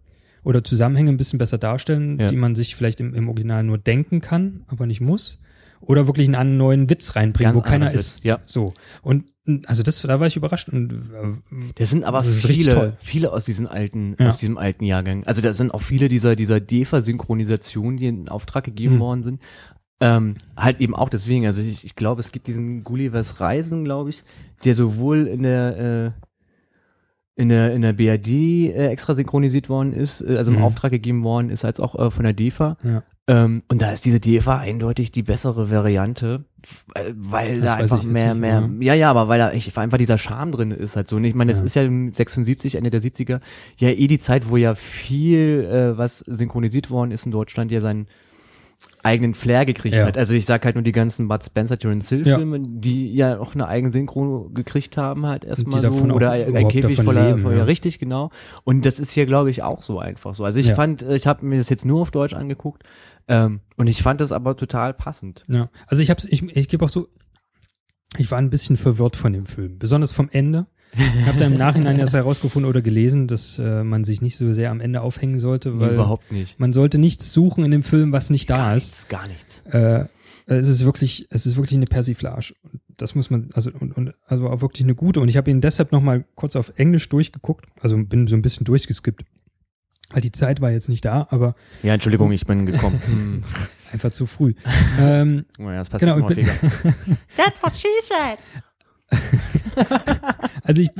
[SPEAKER 2] oder Zusammenhänge ein bisschen besser darstellen,
[SPEAKER 3] Ja.
[SPEAKER 2] die man sich vielleicht im, im Original nur denken kann, aber nicht muss. Oder wirklich einen anderen neuen Witz reinbringen,
[SPEAKER 3] Ganz
[SPEAKER 2] wo keiner
[SPEAKER 3] anderen
[SPEAKER 2] ist.
[SPEAKER 3] Witz, ja.
[SPEAKER 2] So. Und mh, also das, da war ich überrascht. Und äh,
[SPEAKER 3] Das sind aber
[SPEAKER 2] Das ist richtig toll.
[SPEAKER 3] viele, viele aus diesen alten,
[SPEAKER 2] Ja.
[SPEAKER 3] aus diesem alten Jahrgang. Also da sind auch viele dieser, dieser DEFA-Synchronisationen, die in Auftrag gegeben
[SPEAKER 2] Hm.
[SPEAKER 3] worden sind. Ähm, halt eben auch deswegen. Also ich, ich glaube, es gibt diesen Gullivers Reisen, glaube ich, der sowohl in der, äh, in der, in der BRD äh, extra synchronisiert worden ist, äh, also im
[SPEAKER 2] Mhm.
[SPEAKER 3] Auftrag gegeben worden ist, als auch äh, von der DEFA.
[SPEAKER 2] ja.
[SPEAKER 3] Ähm, und da ist diese DFA eindeutig die bessere Variante, äh, weil da
[SPEAKER 2] Das weiß ich
[SPEAKER 3] einfach
[SPEAKER 2] jetzt
[SPEAKER 3] mehr,
[SPEAKER 2] nicht,
[SPEAKER 3] mehr,
[SPEAKER 2] ne?
[SPEAKER 3] ja, ja, aber weil da echt einfach dieser Charme drin ist halt so. Und ich meine, das
[SPEAKER 2] Ja.
[SPEAKER 3] ist ja im 76, Ende der 70er, ja eh die Zeit, wo ja viel, äh, was synchronisiert worden ist in Deutschland, ja seinen eigenen Flair gekriegt
[SPEAKER 2] Ja.
[SPEAKER 3] hat. Also ich sag halt nur die ganzen Bud Spencer, Terence Hill
[SPEAKER 2] Ja.
[SPEAKER 3] Filme, die ja auch eine eigene Synchro gekriegt haben halt erstmal so.
[SPEAKER 2] davon auch
[SPEAKER 3] Oder ein
[SPEAKER 2] überhaupt
[SPEAKER 3] Käfig
[SPEAKER 2] davon
[SPEAKER 3] voller,
[SPEAKER 2] leben,
[SPEAKER 3] voller
[SPEAKER 2] ja.
[SPEAKER 3] Richtig, genau. Und das ist hier, glaube ich, auch so einfach so. Also ich
[SPEAKER 2] Ja.
[SPEAKER 3] fand, ich habe mir das jetzt nur auf Deutsch angeguckt ähm, und ich fand das aber total passend.
[SPEAKER 2] Ja, also ich hab's, ich, ich gebe auch so, ich war ein bisschen verwirrt von dem Film, besonders vom Ende. Ich habe da im Nachhinein erst herausgefunden oder gelesen, dass äh, man sich nicht so sehr am Ende aufhängen sollte, weil
[SPEAKER 3] nicht.
[SPEAKER 2] man sollte nichts suchen in dem Film, was nicht da
[SPEAKER 3] Gar
[SPEAKER 2] ist.
[SPEAKER 3] nichts, gar nichts.
[SPEAKER 2] Äh, es ist wirklich, es ist wirklich eine Persiflage. Und Das muss man, also und, und also auch wirklich eine gute. Und ich habe ihn deshalb noch mal kurz auf Englisch durchgeguckt, also bin so ein bisschen durchgeskippt, weil die Zeit war jetzt nicht da, aber
[SPEAKER 3] Ja, Entschuldigung, ich bin gekommen. Hm.
[SPEAKER 2] einfach zu früh. ähm,
[SPEAKER 3] Ja, das passt
[SPEAKER 2] Genau,
[SPEAKER 3] immer
[SPEAKER 2] ich bin-
[SPEAKER 3] häufiger.
[SPEAKER 1] That's what she said.
[SPEAKER 2] Also ich,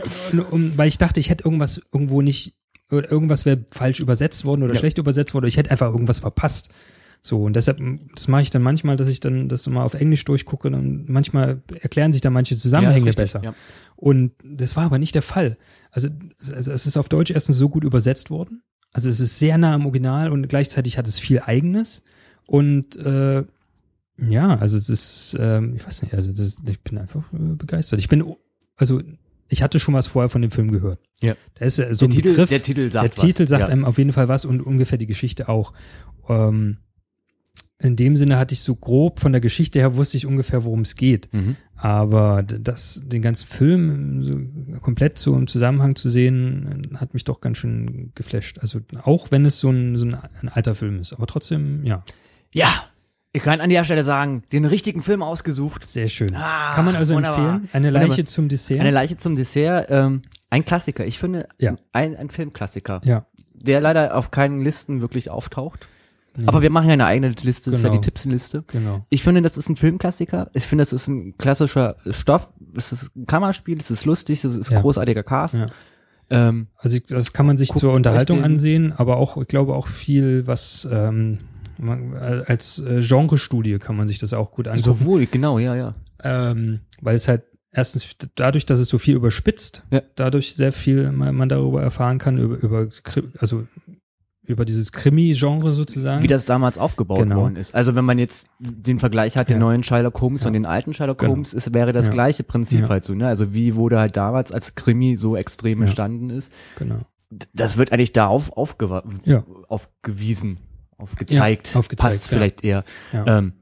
[SPEAKER 2] um, weil ich dachte, ich hätte irgendwas irgendwo nicht, oder irgendwas wäre falsch übersetzt worden oder
[SPEAKER 3] Ja.
[SPEAKER 2] schlecht übersetzt worden, oder ich hätte einfach irgendwas verpasst. So, und deshalb, m, das mache ich dann manchmal, dass ich dann das mal auf Englisch durchgucke, dann manchmal erklären sich dann manche
[SPEAKER 3] Ja, ist
[SPEAKER 2] Zusammenhänge
[SPEAKER 3] richtig,
[SPEAKER 2] besser.
[SPEAKER 3] ja.
[SPEAKER 2] Und das war aber nicht der Fall. Also, also es ist auf Deutsch erstens so gut übersetzt worden. Also es ist sehr nah am Original und gleichzeitig hat es viel Eigenes. Und äh, ja, also es ist, ähm, ich weiß nicht, also das, ich bin einfach äh, begeistert. Ich bin, o- also ich hatte schon was vorher von dem Film gehört.
[SPEAKER 3] Ja.
[SPEAKER 2] Da ist ja so ein
[SPEAKER 3] der, Titel,
[SPEAKER 2] Begriff,
[SPEAKER 3] der Titel sagt
[SPEAKER 2] der Titel
[SPEAKER 3] was.
[SPEAKER 2] sagt
[SPEAKER 3] ja.
[SPEAKER 2] einem auf jeden Fall was und ungefähr die Geschichte auch. Ähm, in dem Sinne hatte ich so grob von der Geschichte her wusste ich ungefähr, worum es geht.
[SPEAKER 3] Mhm.
[SPEAKER 2] Aber d- das, den ganzen Film so komplett so im Zusammenhang zu sehen, äh, hat mich doch ganz schön geflasht. Also auch wenn es so ein, so ein, ein alter Film ist, aber trotzdem, ja,
[SPEAKER 3] Ja, ich kann an der Stelle sagen, den richtigen Film ausgesucht.
[SPEAKER 2] sehr schön.
[SPEAKER 3] Ah,
[SPEAKER 2] Kann man also
[SPEAKER 3] wunderbar.
[SPEAKER 2] empfehlen? Eine Leiche
[SPEAKER 3] Wunderbar.
[SPEAKER 2] zum Dessert?
[SPEAKER 3] Eine Leiche zum Dessert, ähm, ein Klassiker. Ich finde,
[SPEAKER 2] Ja.
[SPEAKER 3] ein, ein Filmklassiker,
[SPEAKER 2] ja,
[SPEAKER 3] der leider auf keinen Listen wirklich auftaucht. Aber wir machen ja eine eigene Liste, das ist ja
[SPEAKER 2] Mhm. Genau.
[SPEAKER 3] die Tippsliste.
[SPEAKER 2] genau.
[SPEAKER 3] Ich finde, das ist ein Filmklassiker. Ich finde, das ist ein klassischer Stoff. Es ist ein Kammerspiel, es ist lustig, es ist
[SPEAKER 2] Ja.
[SPEAKER 3] großartiger Cast.
[SPEAKER 2] Ja.
[SPEAKER 3] Ähm,
[SPEAKER 2] Also ich- das kann man sich
[SPEAKER 3] Guckt
[SPEAKER 2] zur
[SPEAKER 3] euch
[SPEAKER 2] Unterhaltung
[SPEAKER 3] den-
[SPEAKER 2] ansehen, aber auch, ich glaube, auch viel, was ähm, Man, als äh, Genrestudie kann man sich das auch gut angucken.
[SPEAKER 3] Sowohl, genau, ja, ja.
[SPEAKER 2] ähm, weil es halt erstens dadurch, dass es so viel überspitzt,
[SPEAKER 3] Ja.
[SPEAKER 2] dadurch sehr viel man, man darüber erfahren kann, über, über Kri- also über dieses Krimi-Genre sozusagen.
[SPEAKER 3] Wie das damals aufgebaut
[SPEAKER 2] Genau.
[SPEAKER 3] worden ist. Also wenn man jetzt den Vergleich hat, den
[SPEAKER 2] Ja.
[SPEAKER 3] neuen Sherlock Holmes und den alten Sherlock
[SPEAKER 2] Genau.
[SPEAKER 3] Holmes, es wäre das
[SPEAKER 2] Ja.
[SPEAKER 3] gleiche Prinzip
[SPEAKER 2] Ja.
[SPEAKER 3] halt so, ne? Also wie wurde halt damals als Krimi so extrem
[SPEAKER 2] Ja.
[SPEAKER 3] entstanden ist.
[SPEAKER 2] genau.
[SPEAKER 3] D- Das wird eigentlich darauf aufgewa-
[SPEAKER 2] Ja.
[SPEAKER 3] aufgewiesen, aufgezeigt,
[SPEAKER 2] Ja, aufgezeigt,
[SPEAKER 3] passt
[SPEAKER 2] ja.
[SPEAKER 3] vielleicht eher.
[SPEAKER 2] Ja.
[SPEAKER 3] Ähm,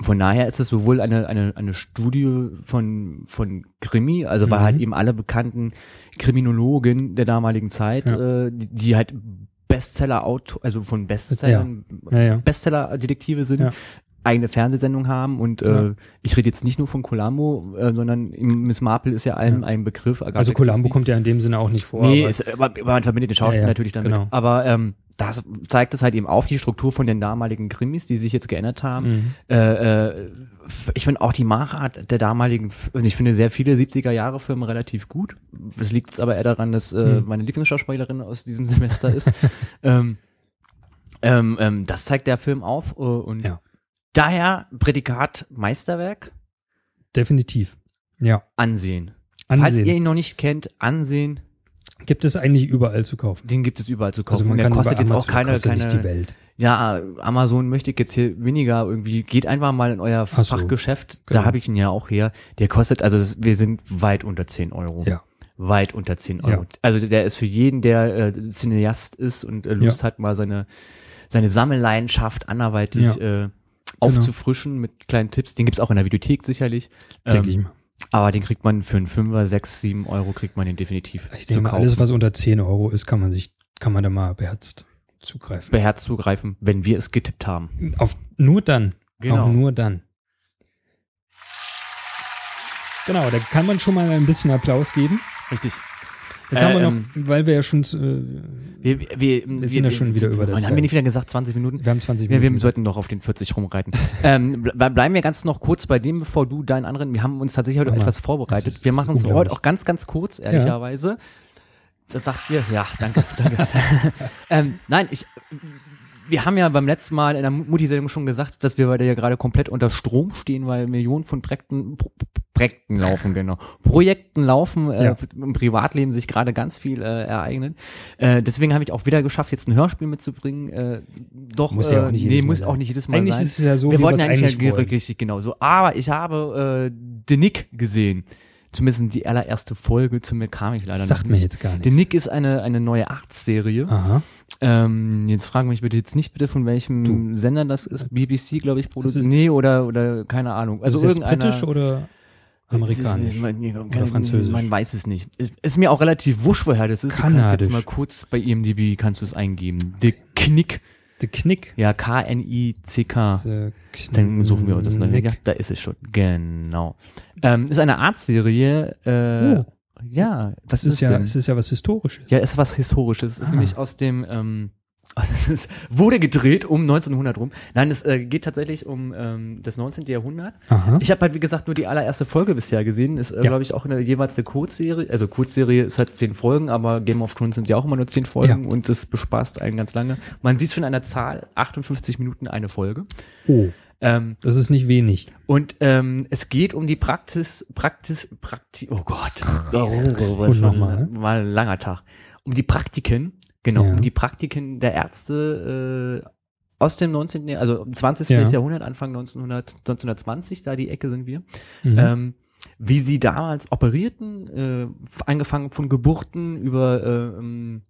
[SPEAKER 3] von daher ist es sowohl eine, eine, eine Studie von, von Krimi, also weil
[SPEAKER 2] Mhm.
[SPEAKER 3] halt eben alle bekannten Kriminologen der damaligen Zeit, äh, die, die halt Bestseller-Autor, also von Bestsellern,
[SPEAKER 2] Ja, ja.
[SPEAKER 3] Bestseller-Detektive sind,
[SPEAKER 2] Ja.
[SPEAKER 3] eigene Fernsehsendung haben und äh,
[SPEAKER 2] Ja.
[SPEAKER 3] ich rede jetzt nicht nur von Columbo, äh, sondern im- Miss Marple ist ja allem ein Begriff. äh, Agatha
[SPEAKER 2] Also Columbo
[SPEAKER 3] Christie.
[SPEAKER 2] kommt ja in dem Sinne auch nicht vor.
[SPEAKER 3] Nee,
[SPEAKER 2] aber-
[SPEAKER 3] ist, aber, aber man verbindet den Schauspieler
[SPEAKER 2] Ja, ja,
[SPEAKER 3] natürlich damit.
[SPEAKER 2] genau.
[SPEAKER 3] Aber ähm, das zeigt es halt eben auf, die Struktur von den damaligen Krimis, die sich jetzt geändert haben.
[SPEAKER 2] Mhm.
[SPEAKER 3] Äh, äh, ich finde auch die Machart der damaligen, F- und ich finde sehr viele 70er-Jahre-Filme relativ gut. Das liegt jetzt aber eher daran, dass äh,
[SPEAKER 2] Mhm.
[SPEAKER 3] meine Lieblingsschauspielerin aus diesem Semester ist. ähm, ähm, ähm, das zeigt der Film auf äh, und
[SPEAKER 2] Ja.
[SPEAKER 3] daher Prädikat Meisterwerk
[SPEAKER 2] Definitiv. Ja.
[SPEAKER 3] ansehen. Falls ihr
[SPEAKER 2] Ansehen.
[SPEAKER 3] ihn noch nicht kennt, ansehen.
[SPEAKER 2] Gibt es eigentlich überall zu kaufen.
[SPEAKER 3] Den gibt es überall zu kaufen.
[SPEAKER 2] Also man
[SPEAKER 3] der
[SPEAKER 2] kann
[SPEAKER 3] kostet
[SPEAKER 2] über
[SPEAKER 3] jetzt auch
[SPEAKER 2] Amazon-
[SPEAKER 3] keine,
[SPEAKER 2] kostet
[SPEAKER 3] keine
[SPEAKER 2] nicht die Welt.
[SPEAKER 3] ja, Amazon möchte ich jetzt hier weniger irgendwie. Geht einfach mal in euer
[SPEAKER 2] Ach so.
[SPEAKER 3] Fachgeschäft. Da
[SPEAKER 2] Genau.
[SPEAKER 3] habe ich ihn ja auch her. Der kostet, also das, wir sind weit unter 10 Euro.
[SPEAKER 2] Ja.
[SPEAKER 3] Weit unter 10 Euro.
[SPEAKER 2] Ja.
[SPEAKER 3] Also der ist für jeden, der äh, Cineast ist und äh, Lust hat, mal seine, seine Sammelleidenschaft anderweitig
[SPEAKER 2] Genau.
[SPEAKER 3] äh, aufzufrischen mit kleinen Tipps. Den gibt's auch in der Videothek sicherlich. Ähm,
[SPEAKER 2] Denke ich mal.
[SPEAKER 3] Aber den kriegt man für einen Fünfer, sechs, sieben Euro kriegt man den definitiv.
[SPEAKER 2] Ich
[SPEAKER 3] zu
[SPEAKER 2] denke mal,
[SPEAKER 3] kaufen.
[SPEAKER 2] alles, was unter 10 Euro ist, kann man sich, kann man da mal beherzt zugreifen.
[SPEAKER 3] beherzt zugreifen, wenn wir es getippt haben.
[SPEAKER 2] Auf, nur dann.
[SPEAKER 3] Genau.
[SPEAKER 2] Auch nur dann. Genau, da kann man schon mal ein bisschen Applaus geben.
[SPEAKER 3] Richtig.
[SPEAKER 2] Jetzt
[SPEAKER 3] Äh,
[SPEAKER 2] haben wir noch,
[SPEAKER 3] ähm,
[SPEAKER 2] weil wir ja schon, äh,
[SPEAKER 3] Wir, wir, wir, wir
[SPEAKER 2] sind ja schon wieder über der
[SPEAKER 3] Mann,
[SPEAKER 2] Zeit.
[SPEAKER 3] Haben wir nicht wieder gesagt 20 Minuten?
[SPEAKER 2] wir haben 20
[SPEAKER 3] Wir,
[SPEAKER 2] Minuten.
[SPEAKER 3] wir sollten noch auf den 40 rumreiten. ähm, ble bleiben wir ganz noch kurz bei dem, bevor du deinen anderen. Wir haben uns tatsächlich heute
[SPEAKER 2] Mach mal.
[SPEAKER 3] etwas vorbereitet.
[SPEAKER 2] Das ist-
[SPEAKER 3] wir
[SPEAKER 2] das
[SPEAKER 3] machen
[SPEAKER 2] ist
[SPEAKER 3] es heute
[SPEAKER 2] unglaublich.
[SPEAKER 3] auch ganz, ganz kurz, ehrlicherweise. Das sagt ihr. Ja, danke, danke. ähm, nein, ich. Wir haben ja beim letzten Mal in der Mutti-Sendung schon gesagt, dass wir beide ja gerade komplett unter Strom stehen, weil Millionen von Projekten, Pro- Projekten laufen, genau. Projekten laufen, äh,
[SPEAKER 2] Ja.
[SPEAKER 3] im Privatleben sich gerade ganz viel äh, ereignet. Äh, deswegen habe ich auch wieder geschafft, jetzt ein Hörspiel mitzubringen. Äh, doch,
[SPEAKER 2] Muss
[SPEAKER 3] äh,
[SPEAKER 2] ja auch nicht
[SPEAKER 3] nee,
[SPEAKER 2] jedes Mal
[SPEAKER 3] muss
[SPEAKER 2] sein.
[SPEAKER 3] auch nicht jedes Mal
[SPEAKER 2] Eigentlich
[SPEAKER 3] sein.
[SPEAKER 2] ist es ja so,
[SPEAKER 3] wir
[SPEAKER 2] wie
[SPEAKER 3] wollten
[SPEAKER 2] wir es
[SPEAKER 3] eigentlich,
[SPEAKER 2] eigentlich
[SPEAKER 3] ja
[SPEAKER 2] wollen.
[SPEAKER 3] richtig genau so. Aber ich habe äh, den Nick gesehen. Zumindest die allererste Folge, zu mir kam ich leider
[SPEAKER 2] Sagt
[SPEAKER 3] noch
[SPEAKER 2] mir
[SPEAKER 3] nicht.
[SPEAKER 2] jetzt gar nichts. Ah.
[SPEAKER 3] Der Nick ist eine, eine neue Arztserie.
[SPEAKER 2] Aha.
[SPEAKER 3] Ähm, jetzt fragen mich bitte jetzt nicht bitte, von welchem Sender das ist. BBC, glaube ich, produziert.
[SPEAKER 2] ist-
[SPEAKER 3] Nee, oder, oder keine Ahnung. Also
[SPEAKER 2] ist jetzt
[SPEAKER 3] irgendeiner. Äh,
[SPEAKER 2] britisch oder amerikanisch?
[SPEAKER 3] Man, man-
[SPEAKER 2] Oder französisch?
[SPEAKER 3] Man weiß es nicht. Ist, ist mir auch relativ wurscht, woher das ist. Du kannst jetzt
[SPEAKER 2] Kanadisch.
[SPEAKER 3] mal kurz bei IMDb kannst du es eingeben. The Knick.
[SPEAKER 2] The Knick.
[SPEAKER 3] Ja, K-N-I-C-K.
[SPEAKER 2] The
[SPEAKER 3] Ah. Dann suchen wir uns das neue.
[SPEAKER 2] Knick.
[SPEAKER 3] Ja, da ist es schon. Genau. Ähm, ist eine Arztserie. Äh,
[SPEAKER 2] Oh.
[SPEAKER 3] Ja, was
[SPEAKER 2] Das ist ja,
[SPEAKER 3] denn?
[SPEAKER 2] es ist ja was Historisches.
[SPEAKER 3] Ja, ist was Historisches. Ist
[SPEAKER 2] Ah.
[SPEAKER 3] nämlich aus dem, ähm, also es ist, wurde gedreht um 1900 rum. Nein, es äh, geht tatsächlich um ähm, das 19. Jahrhundert.
[SPEAKER 2] Aha.
[SPEAKER 3] Ich habe halt, wie gesagt, nur die allererste Folge bisher gesehen. Ist, äh,
[SPEAKER 2] Hm? Ja.
[SPEAKER 3] glaube ich, auch eine, jeweils eine Kurzserie. Also Kurzserie ist halt zehn Folgen, aber Game of Thrones sind ja auch immer nur zehn Folgen
[SPEAKER 2] Ja.
[SPEAKER 3] und das bespaßt einen ganz lange. Man sieht schon an der Zahl, 58 Minuten eine Folge.
[SPEAKER 2] Oh,
[SPEAKER 3] Ähm,
[SPEAKER 2] das ist nicht wenig.
[SPEAKER 3] und ähm, es geht um die Praxis, Praxis, Prakti, oh Gott,
[SPEAKER 2] Und
[SPEAKER 3] und
[SPEAKER 2] nochmal.
[SPEAKER 3] mal ein langer Tag. Um die Praktiken, genau,
[SPEAKER 2] Ja.
[SPEAKER 3] um die Praktiken der Ärzte äh, aus dem 19., Jahr- also im 20.
[SPEAKER 2] Ja.
[SPEAKER 3] Jahrhundert, Anfang 1900, 1920, da die Ecke sind wir.
[SPEAKER 2] Mhm.
[SPEAKER 3] Ähm, wie sie damals operierten, äh, angefangen von Geburten über, äh, ähm,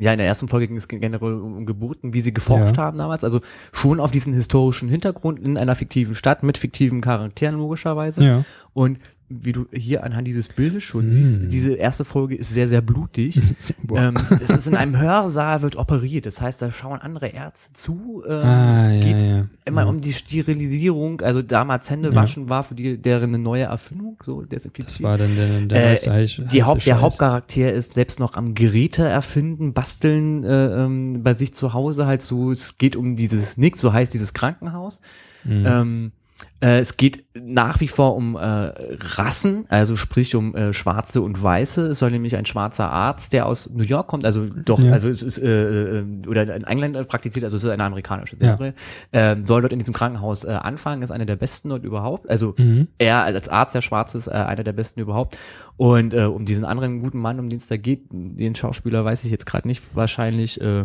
[SPEAKER 3] ja, in der ersten Folge ging es generell um, um Geburten, wie sie geforscht
[SPEAKER 2] Ja.
[SPEAKER 3] haben damals, also schon auf diesen historischen Hintergrund in einer fiktiven Stadt mit fiktiven Charakteren logischerweise.
[SPEAKER 2] ja.
[SPEAKER 3] Und wie du hier anhand dieses Bildes schon
[SPEAKER 2] Mm.
[SPEAKER 3] siehst, diese erste Folge ist sehr, sehr blutig.
[SPEAKER 2] Boah.
[SPEAKER 3] ähm, es ist in einem Hörsaal wird operiert, das heißt, da schauen andere Ärzte zu. Ähm, es
[SPEAKER 2] ah,
[SPEAKER 3] geht
[SPEAKER 2] ja, ja.
[SPEAKER 3] immer
[SPEAKER 2] ja.
[SPEAKER 3] um die Sterilisierung, also damals Hände
[SPEAKER 2] Ja.
[SPEAKER 3] waschen war für die deren eine neue Erfindung, so
[SPEAKER 2] Das
[SPEAKER 3] desinfizieren.
[SPEAKER 2] war dann der, der
[SPEAKER 3] Äh,
[SPEAKER 2] heiße Heiß-
[SPEAKER 3] Die
[SPEAKER 2] heiße
[SPEAKER 3] Haupt, der
[SPEAKER 2] Scheiß.
[SPEAKER 3] Hauptcharakter ist selbst noch am Geräte erfinden, basteln äh, ähm, bei sich zu Hause halt so. Es geht um dieses Nick, so heißt dieses Krankenhaus.
[SPEAKER 2] Mhm.
[SPEAKER 3] Ähm, Äh, es geht nach wie vor um äh, Rassen, also sprich um äh, Schwarze und Weiße. Es soll nämlich ein schwarzer Arzt, der aus New York kommt, also doch,
[SPEAKER 2] Ja.
[SPEAKER 3] also es ist, äh, äh, oder in England praktiziert, also es ist eine amerikanische
[SPEAKER 2] Ja.
[SPEAKER 3] Serie, ähm, soll dort in diesem Krankenhaus äh, anfangen, ist einer der besten dort überhaupt. Also
[SPEAKER 2] Mhm.
[SPEAKER 3] er als Arzt, der Schwarz ist, äh, einer der besten überhaupt. Und äh, um diesen anderen guten Mann, um den es da geht, den Schauspieler weiß ich jetzt gerade nicht, wahrscheinlich äh,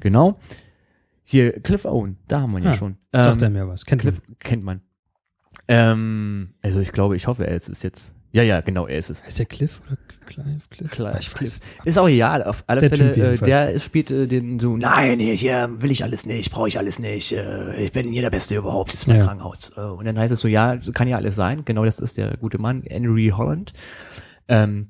[SPEAKER 3] genau. Hier, Cliff Owen, da haben wir ihn ja,
[SPEAKER 2] Ah,
[SPEAKER 3] schon.
[SPEAKER 2] Sagt er
[SPEAKER 3] Ähm,
[SPEAKER 2] mir was. Kennt
[SPEAKER 3] Cliff kennt man. Ähm, also ich glaube, ich hoffe, er ist es jetzt. Ja, ja, genau, er ist es.
[SPEAKER 2] Heißt der Cliff oder Clive? Cliff? Ah, ich weiß.
[SPEAKER 3] Ist auch egal, auf alle
[SPEAKER 2] Der Typ
[SPEAKER 3] Fälle, äh,
[SPEAKER 2] jedenfalls.
[SPEAKER 3] der spielt äh, den so, nein, hier, hier will ich alles nicht, brauche ich alles nicht, äh, ich bin hier der Beste überhaupt, das ist mein
[SPEAKER 2] Ja.
[SPEAKER 3] Krankenhaus. Äh, und dann heißt es so, ja, kann ja alles sein, genau das ist der gute Mann, Henry Holland. Ähm,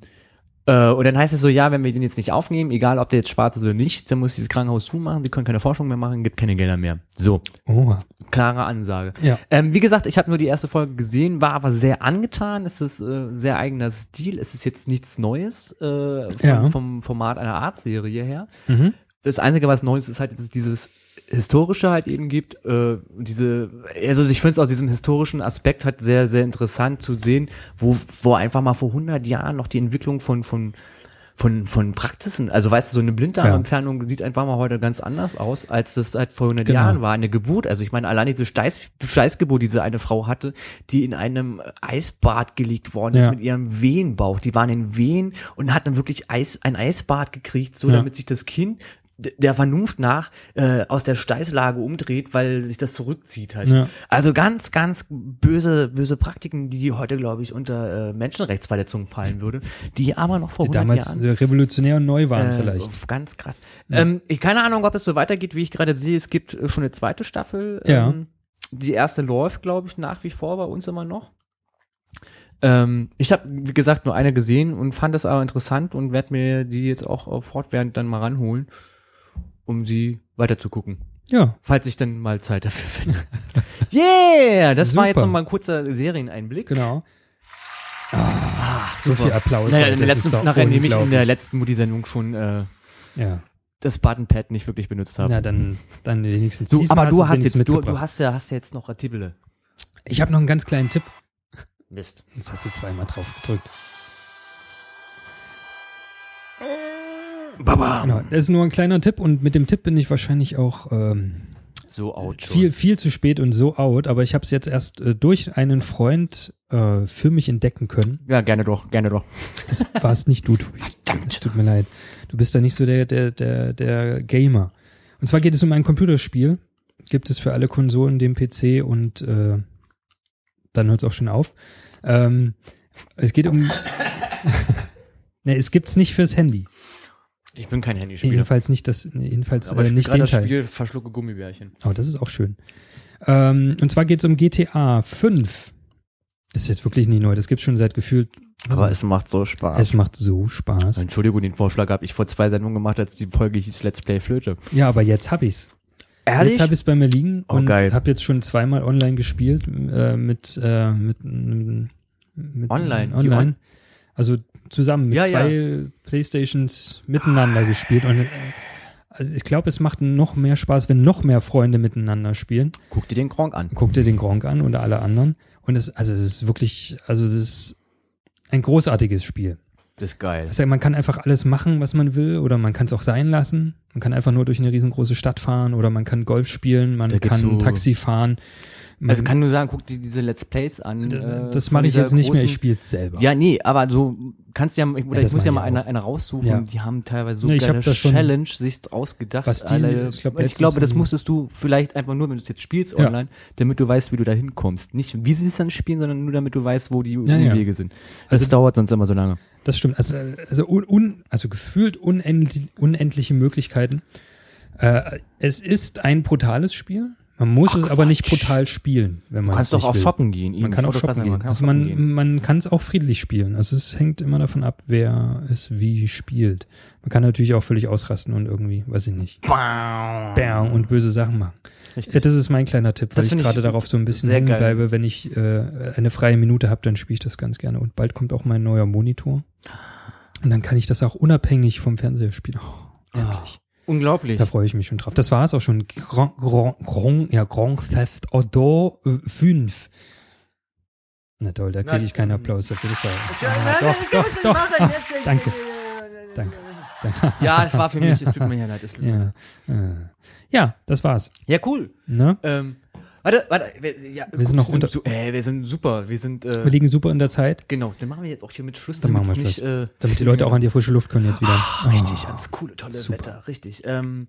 [SPEAKER 3] äh, und dann heißt es so, ja, wenn wir den jetzt nicht aufnehmen, egal ob der jetzt schwarz ist oder nicht, dann muss dieses Krankenhaus zumachen, sie können keine Forschung mehr machen, gibt keine Gelder mehr. So,
[SPEAKER 2] Oha.
[SPEAKER 3] klare Ansage.
[SPEAKER 2] Oh, Ja.
[SPEAKER 3] Ähm, wie gesagt, ich habe nur die erste Folge gesehen, war aber sehr angetan. Es ist äh, sehr eigener Stil. Es ist jetzt nichts Neues äh, vom,
[SPEAKER 2] Ja.
[SPEAKER 3] vom Format einer Art-Serie her.
[SPEAKER 2] Mhm.
[SPEAKER 3] Das Einzige, was Neues ist, halt dass es dieses historische halt eben gibt. Äh, und diese, also ich finde es aus diesem historischen Aspekt halt sehr, sehr interessant zu sehen, wo, wo einfach mal vor 100 Jahren noch die Entwicklung von, von von, von Praxisen, also weißt du, so eine Blinddarmentfernung sieht einfach mal heute ganz anders aus, als das halt vor 100
[SPEAKER 2] Genau.
[SPEAKER 3] Jahren war, eine Geburt. Also ich meine, allein diese Steiß, Steißgeburt, die diese eine Frau hatte, die in einem Eisbad gelegt worden ist
[SPEAKER 2] Ja.
[SPEAKER 3] mit ihrem Wehenbauch. Die waren in Wehen und hat dann wirklich Eis, ein Eisbad gekriegt, so
[SPEAKER 2] Ja.
[SPEAKER 3] damit sich das Kind d- der Vernunft nach äh, aus der Steißlage umdreht, weil sich das zurückzieht halt.
[SPEAKER 2] Ja.
[SPEAKER 3] Also ganz, ganz böse, böse Praktiken, die heute, glaube ich, unter äh, Menschenrechtsverletzungen fallen würde, die aber noch vor
[SPEAKER 2] Die
[SPEAKER 3] 100
[SPEAKER 2] damals
[SPEAKER 3] Jahren
[SPEAKER 2] äh, revolutionär und neu waren
[SPEAKER 3] äh,
[SPEAKER 2] vielleicht.
[SPEAKER 3] auf- Ganz krass. Ähm, ich, keine Ahnung, ob es so weitergeht, wie ich gerade sehe. Es gibt äh, schon eine zweite Staffel.
[SPEAKER 2] Ja.
[SPEAKER 3] Ähm, die erste läuft, glaube ich, nach wie vor bei uns immer noch. Ähm, ich habe, wie gesagt, nur eine gesehen und fand das aber interessant und werde mir die jetzt auch äh, fortwährend dann mal ranholen, um sie weiterzugucken.
[SPEAKER 2] Ja.
[SPEAKER 3] Falls ich dann mal Zeit dafür finde. yeah! Das war jetzt
[SPEAKER 2] Super.
[SPEAKER 3] nochmal ein kurzer Serieneinblick.
[SPEAKER 2] Genau. Ah,
[SPEAKER 3] Ach,
[SPEAKER 2] So viel Applaus.
[SPEAKER 3] Ah, Naja,
[SPEAKER 2] heute,
[SPEAKER 3] in der
[SPEAKER 2] das
[SPEAKER 3] letzten,
[SPEAKER 2] ist doch
[SPEAKER 3] nachher nehme ich in der
[SPEAKER 2] unglaublich.
[SPEAKER 3] letzten Mutti-Sendung schon äh,
[SPEAKER 2] Ja.
[SPEAKER 3] das Buttonpad nicht wirklich benutzt habe.
[SPEAKER 2] Na, dann, dann wenigstens.
[SPEAKER 3] So,
[SPEAKER 2] diesmal
[SPEAKER 3] aber du
[SPEAKER 2] es
[SPEAKER 3] hast
[SPEAKER 2] wenigstens
[SPEAKER 3] jetzt, du, du
[SPEAKER 2] mitgebracht.
[SPEAKER 3] hast ja, hast ja jetzt noch Artikel.
[SPEAKER 2] Ich habe noch einen ganz kleinen Tipp.
[SPEAKER 3] Mist.
[SPEAKER 2] Jetzt hast du zweimal drauf gedrückt.
[SPEAKER 3] Baba.
[SPEAKER 2] Genau. Das ist nur ein kleiner Tipp und mit dem Tipp bin ich wahrscheinlich auch ähm,
[SPEAKER 3] So out schon.
[SPEAKER 2] viel, viel zu spät und so out, aber ich habe es jetzt erst äh, durch einen Freund äh, für mich entdecken können.
[SPEAKER 3] Ja, gerne doch, gerne doch.
[SPEAKER 2] Es war es nicht du, Tobi. Verdammt. Es tut mir leid. Du bist da nicht so der, der, der, der Gamer. Und zwar geht es um ein Computerspiel. Gibt es für alle Konsolen, den PC und äh, dann hört es auch schon auf. Ähm, es geht um. ne, es gibt's nicht fürs Handy.
[SPEAKER 3] Ich bin kein Handyspieler.
[SPEAKER 2] Jedenfalls nicht das, nee, jedenfalls
[SPEAKER 3] aber
[SPEAKER 2] äh,
[SPEAKER 3] ich
[SPEAKER 2] nicht
[SPEAKER 3] gerade
[SPEAKER 2] den
[SPEAKER 3] das
[SPEAKER 2] Teil.
[SPEAKER 3] Spiel verschlucke Gummibärchen.
[SPEAKER 2] Oh, das ist auch schön. Ähm, und zwar geht es um GTA 5. Ist jetzt wirklich nicht neu. Das gibt's schon seit gefühlt.
[SPEAKER 3] es macht so Spaß.
[SPEAKER 2] Also es macht so Spaß.
[SPEAKER 3] Entschuldigung, den Vorschlag habe ich vor zwei Sendungen gemacht, als die Folge hieß Let's Play Flöte.
[SPEAKER 2] Ja, aber jetzt hab ich's. Jetzt habe ich es bei mir liegen
[SPEAKER 3] Oh,
[SPEAKER 2] und
[SPEAKER 3] geil.
[SPEAKER 2] habe jetzt schon zweimal online gespielt äh, mit, äh, mit, mm, mit
[SPEAKER 3] Online, die
[SPEAKER 2] online.
[SPEAKER 3] on-
[SPEAKER 2] also zusammen mit
[SPEAKER 3] Ja, Ah.
[SPEAKER 2] zwei Playstations miteinander gespielt und äh, also ich glaube, es macht noch mehr Spaß, wenn noch mehr Freunde miteinander spielen.
[SPEAKER 3] Guck dir den Kronk an.
[SPEAKER 2] Guck dir den Gronk an oder alle anderen und es also es ist wirklich also es ist ein großartiges Spiel.
[SPEAKER 3] Das ist geil.
[SPEAKER 2] Das heißt, man kann einfach alles machen, was man will, oder man kann es auch sein lassen. Man kann einfach nur durch eine riesengroße Stadt fahren, oder man kann Golf spielen, man
[SPEAKER 3] Da gibt's
[SPEAKER 2] kann
[SPEAKER 3] so-
[SPEAKER 2] Taxi fahren. Man,
[SPEAKER 3] Also kann nur sagen, guck dir diese Let's Plays an. äh,
[SPEAKER 2] das
[SPEAKER 3] von
[SPEAKER 2] mache ich
[SPEAKER 3] dieser
[SPEAKER 2] jetzt nicht mehr, ich
[SPEAKER 3] großen-
[SPEAKER 2] spiele es selber.
[SPEAKER 3] Ja, nee, aber so kannst ja, ich, oder
[SPEAKER 2] das
[SPEAKER 3] ich muss ja mal
[SPEAKER 2] meine ich
[SPEAKER 3] eine,
[SPEAKER 2] auch.
[SPEAKER 3] eine raussuchen,
[SPEAKER 2] Ja.
[SPEAKER 3] die haben teilweise so
[SPEAKER 2] Nee, ich
[SPEAKER 3] geile
[SPEAKER 2] hab das schon-
[SPEAKER 3] Challenge sich ausgedacht.
[SPEAKER 2] Was diese-
[SPEAKER 3] alle.
[SPEAKER 2] ich glaub,
[SPEAKER 3] ich
[SPEAKER 2] letztens
[SPEAKER 3] glaube, das
[SPEAKER 2] haben-
[SPEAKER 3] musstest du vielleicht einfach nur, wenn du es jetzt spielst
[SPEAKER 2] Ja.
[SPEAKER 3] online, damit du weißt, wie du da hinkommst. Nicht, wie sie es dann spielen, sondern nur damit du weißt, wo die
[SPEAKER 2] ja.
[SPEAKER 3] Wege sind. Das
[SPEAKER 2] Also-
[SPEAKER 3] dauert sonst immer so lange.
[SPEAKER 2] Das stimmt. Also, also, un, un, also gefühlt unendlich, unendliche Möglichkeiten. Äh, es ist ein brutales Spiel. Man muss es aber nicht brutal spielen, wenn man
[SPEAKER 3] Du kannst
[SPEAKER 2] es
[SPEAKER 3] doch
[SPEAKER 2] nicht
[SPEAKER 3] auch
[SPEAKER 2] will.
[SPEAKER 3] shoppen gehen.
[SPEAKER 2] Man
[SPEAKER 3] eben,
[SPEAKER 2] kann auch
[SPEAKER 3] Fotokasse,
[SPEAKER 2] shoppen gehen.
[SPEAKER 3] kann auch
[SPEAKER 2] Also
[SPEAKER 3] shoppen gehen.
[SPEAKER 2] man, man kann es auch friedlich spielen. Also es hängt immer davon ab, wer es wie spielt. Man kann natürlich auch völlig ausrasten und irgendwie, weiß ich nicht, bam, und böse Sachen machen.
[SPEAKER 3] Richtig.
[SPEAKER 2] Ja, das ist mein kleiner Tipp, weil
[SPEAKER 3] Das
[SPEAKER 2] ich
[SPEAKER 3] find ich
[SPEAKER 2] gerade darauf so ein bisschen
[SPEAKER 3] sehr
[SPEAKER 2] hängen
[SPEAKER 3] geil.
[SPEAKER 2] bleibe. Wenn ich äh, eine freie Minute habe, dann spiele ich das ganz gerne. Und bald kommt auch mein neuer Monitor. Und dann kann ich das auch unabhängig vom Fernseher spielen. Oh, endlich.
[SPEAKER 3] Unglaublich.
[SPEAKER 2] Da freue ich mich schon drauf. Das war es auch schon. Grand, Grand, Grand, ja, Grand Theft Auto 5. Na toll, da kriege ich keinen Applaus dafür. Das war, ah, doch, doch, doch. Ah, danke. Danke.
[SPEAKER 3] Ja, das war für mich. Es tut mir ja leid. Es tut mir leid.
[SPEAKER 2] Ja, äh. ja das war's.
[SPEAKER 3] ja, cool.
[SPEAKER 2] Ne?
[SPEAKER 3] Ähm, warte, warte. Wir, ja,
[SPEAKER 2] Wir sind noch unter-
[SPEAKER 3] Su äh, wir sind super. Wir sind.
[SPEAKER 2] Wir
[SPEAKER 3] Äh,
[SPEAKER 2] liegen super in der Zeit,
[SPEAKER 3] genau, dann machen wir jetzt auch hier mit Schluss.
[SPEAKER 2] Dann machen
[SPEAKER 3] damit's
[SPEAKER 2] wir
[SPEAKER 3] nicht, äh,
[SPEAKER 2] damit die Leute auch an die frische Luft können jetzt wieder.
[SPEAKER 3] Ah, Richtig, ans coole, tolle
[SPEAKER 2] super.
[SPEAKER 3] Wetter. Richtig. Ähm,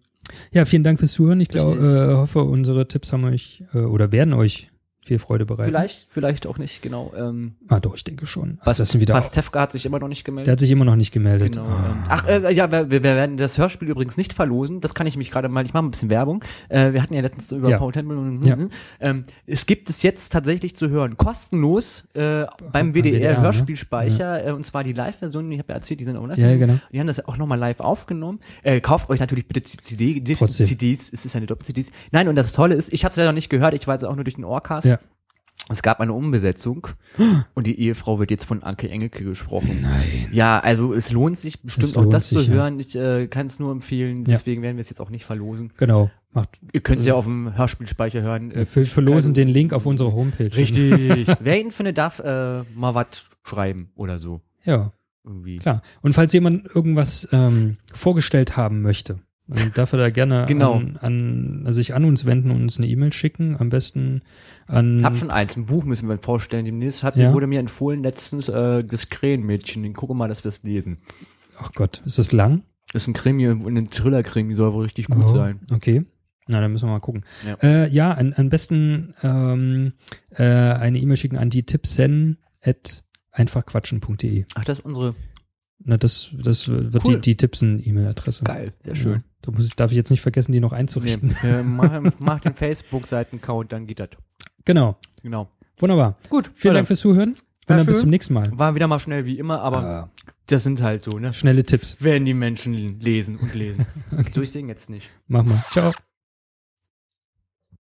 [SPEAKER 2] Ja, vielen Dank fürs Zuhören. Ich glaube,
[SPEAKER 3] Richtig.
[SPEAKER 2] äh, hoffe, unsere Tipps haben euch äh, oder werden euch viel Freude bereiten.
[SPEAKER 3] vielleicht, vielleicht auch nicht, genau. Ähm,
[SPEAKER 2] Ah, doch, ich denke schon. Also,
[SPEAKER 3] Bas-
[SPEAKER 2] das sind wieder.
[SPEAKER 3] Pastewka hat sich immer noch nicht
[SPEAKER 2] Der
[SPEAKER 3] gemeldet.
[SPEAKER 2] hat sich immer noch nicht gemeldet.
[SPEAKER 3] Genau.
[SPEAKER 2] Ah.
[SPEAKER 3] ähm, Ach, äh, ja, wir, wir werden das Hörspiel übrigens nicht verlosen. Das kann ich mich gerade mal, ich mache ein bisschen Werbung. Äh, wir hatten ja letztens über
[SPEAKER 2] Ja.
[SPEAKER 3] Paul Temple und
[SPEAKER 2] Ja.
[SPEAKER 3] ähm, es gibt es jetzt tatsächlich zu hören, kostenlos äh, beim WDR
[SPEAKER 2] ne?
[SPEAKER 3] Hörspielspeicher, äh, und zwar die Live-Version, ich habe ja erzählt, die sind auch live.
[SPEAKER 2] Ja, genau.
[SPEAKER 3] Die haben das auch nochmal live aufgenommen. Äh, kauft euch natürlich bitte CD, die-
[SPEAKER 2] Trotzdem.
[SPEAKER 3] CDs, es ist eine Doppel-CDs. Nein, und das Tolle ist, ich habe es leider nicht gehört, ich weiß es auch nur durch den Orcast.
[SPEAKER 2] Ja.
[SPEAKER 3] Es gab eine Umbesetzung und die Ehefrau wird jetzt von Anke Engelke gesprochen. Nein. Ja, also es lohnt sich bestimmt
[SPEAKER 2] Es
[SPEAKER 3] auch
[SPEAKER 2] lohnt
[SPEAKER 3] das
[SPEAKER 2] sich,
[SPEAKER 3] zu
[SPEAKER 2] ja.
[SPEAKER 3] hören. Ich äh, kann es nur empfehlen, deswegen werden wir es jetzt auch nicht verlosen.
[SPEAKER 2] Genau. Macht.
[SPEAKER 3] Ihr könnt es ja auf dem Hörspielspeicher hören. Äh,
[SPEAKER 2] Wir ver- verlosen den Link auf unserer Homepage.
[SPEAKER 3] Richtig. Wer ihn findet, darf äh, mal was schreiben oder so.
[SPEAKER 2] Ja,
[SPEAKER 3] Irgendwie.
[SPEAKER 2] klar. Und falls jemand irgendwas ähm, vorgestellt haben möchte, dann darf er da gerne
[SPEAKER 3] Genau.
[SPEAKER 2] an, an, also sich an uns wenden und uns eine E-Mail schicken. Am besten an.
[SPEAKER 3] Ich hab schon eins, ein Buch müssen wir vorstellen demnächst. Hat,
[SPEAKER 2] Ja.
[SPEAKER 3] Wurde mir empfohlen letztens äh, das Krähenmädchen. Den gucke mal, dass wir es lesen.
[SPEAKER 2] Ach Gott, ist das lang?
[SPEAKER 3] Das ist ein Krimi und ein Thriller-Krimi, soll wohl richtig gut
[SPEAKER 2] Oh,
[SPEAKER 3] sein.
[SPEAKER 2] Okay. Na, dann müssen wir mal gucken.
[SPEAKER 3] Ja.
[SPEAKER 2] Ja, äh, ja an, am besten ähm, äh, eine E-Mail schicken an die tippsen at einfachquatschen.de.
[SPEAKER 3] Ach, das ist unsere.
[SPEAKER 2] Na, das, das wird
[SPEAKER 3] Cool.
[SPEAKER 2] die, die Tippsen-E-Mail-Adresse.
[SPEAKER 3] Geil, sehr schön.
[SPEAKER 2] Ja, da muss ich, darf ich jetzt nicht vergessen, die noch
[SPEAKER 3] Nee,
[SPEAKER 2] einzurichten.
[SPEAKER 3] äh, mach, mach den Facebook-Seiten-Count, dann geht das.
[SPEAKER 2] Genau.
[SPEAKER 3] Genau.
[SPEAKER 2] Wunderbar.
[SPEAKER 3] Gut,
[SPEAKER 2] Vielen
[SPEAKER 3] Leute,
[SPEAKER 2] Dank fürs Zuhören und
[SPEAKER 3] War
[SPEAKER 2] dann bis
[SPEAKER 3] schön.
[SPEAKER 2] zum nächsten Mal. Äh,
[SPEAKER 3] War wieder mal schnell wie immer, aber das sind halt so, ne?
[SPEAKER 2] Schnelle Tipps.
[SPEAKER 3] Werden die Menschen lesen und lesen. Durchsehen jetzt nicht.
[SPEAKER 2] Mach mal. Ciao.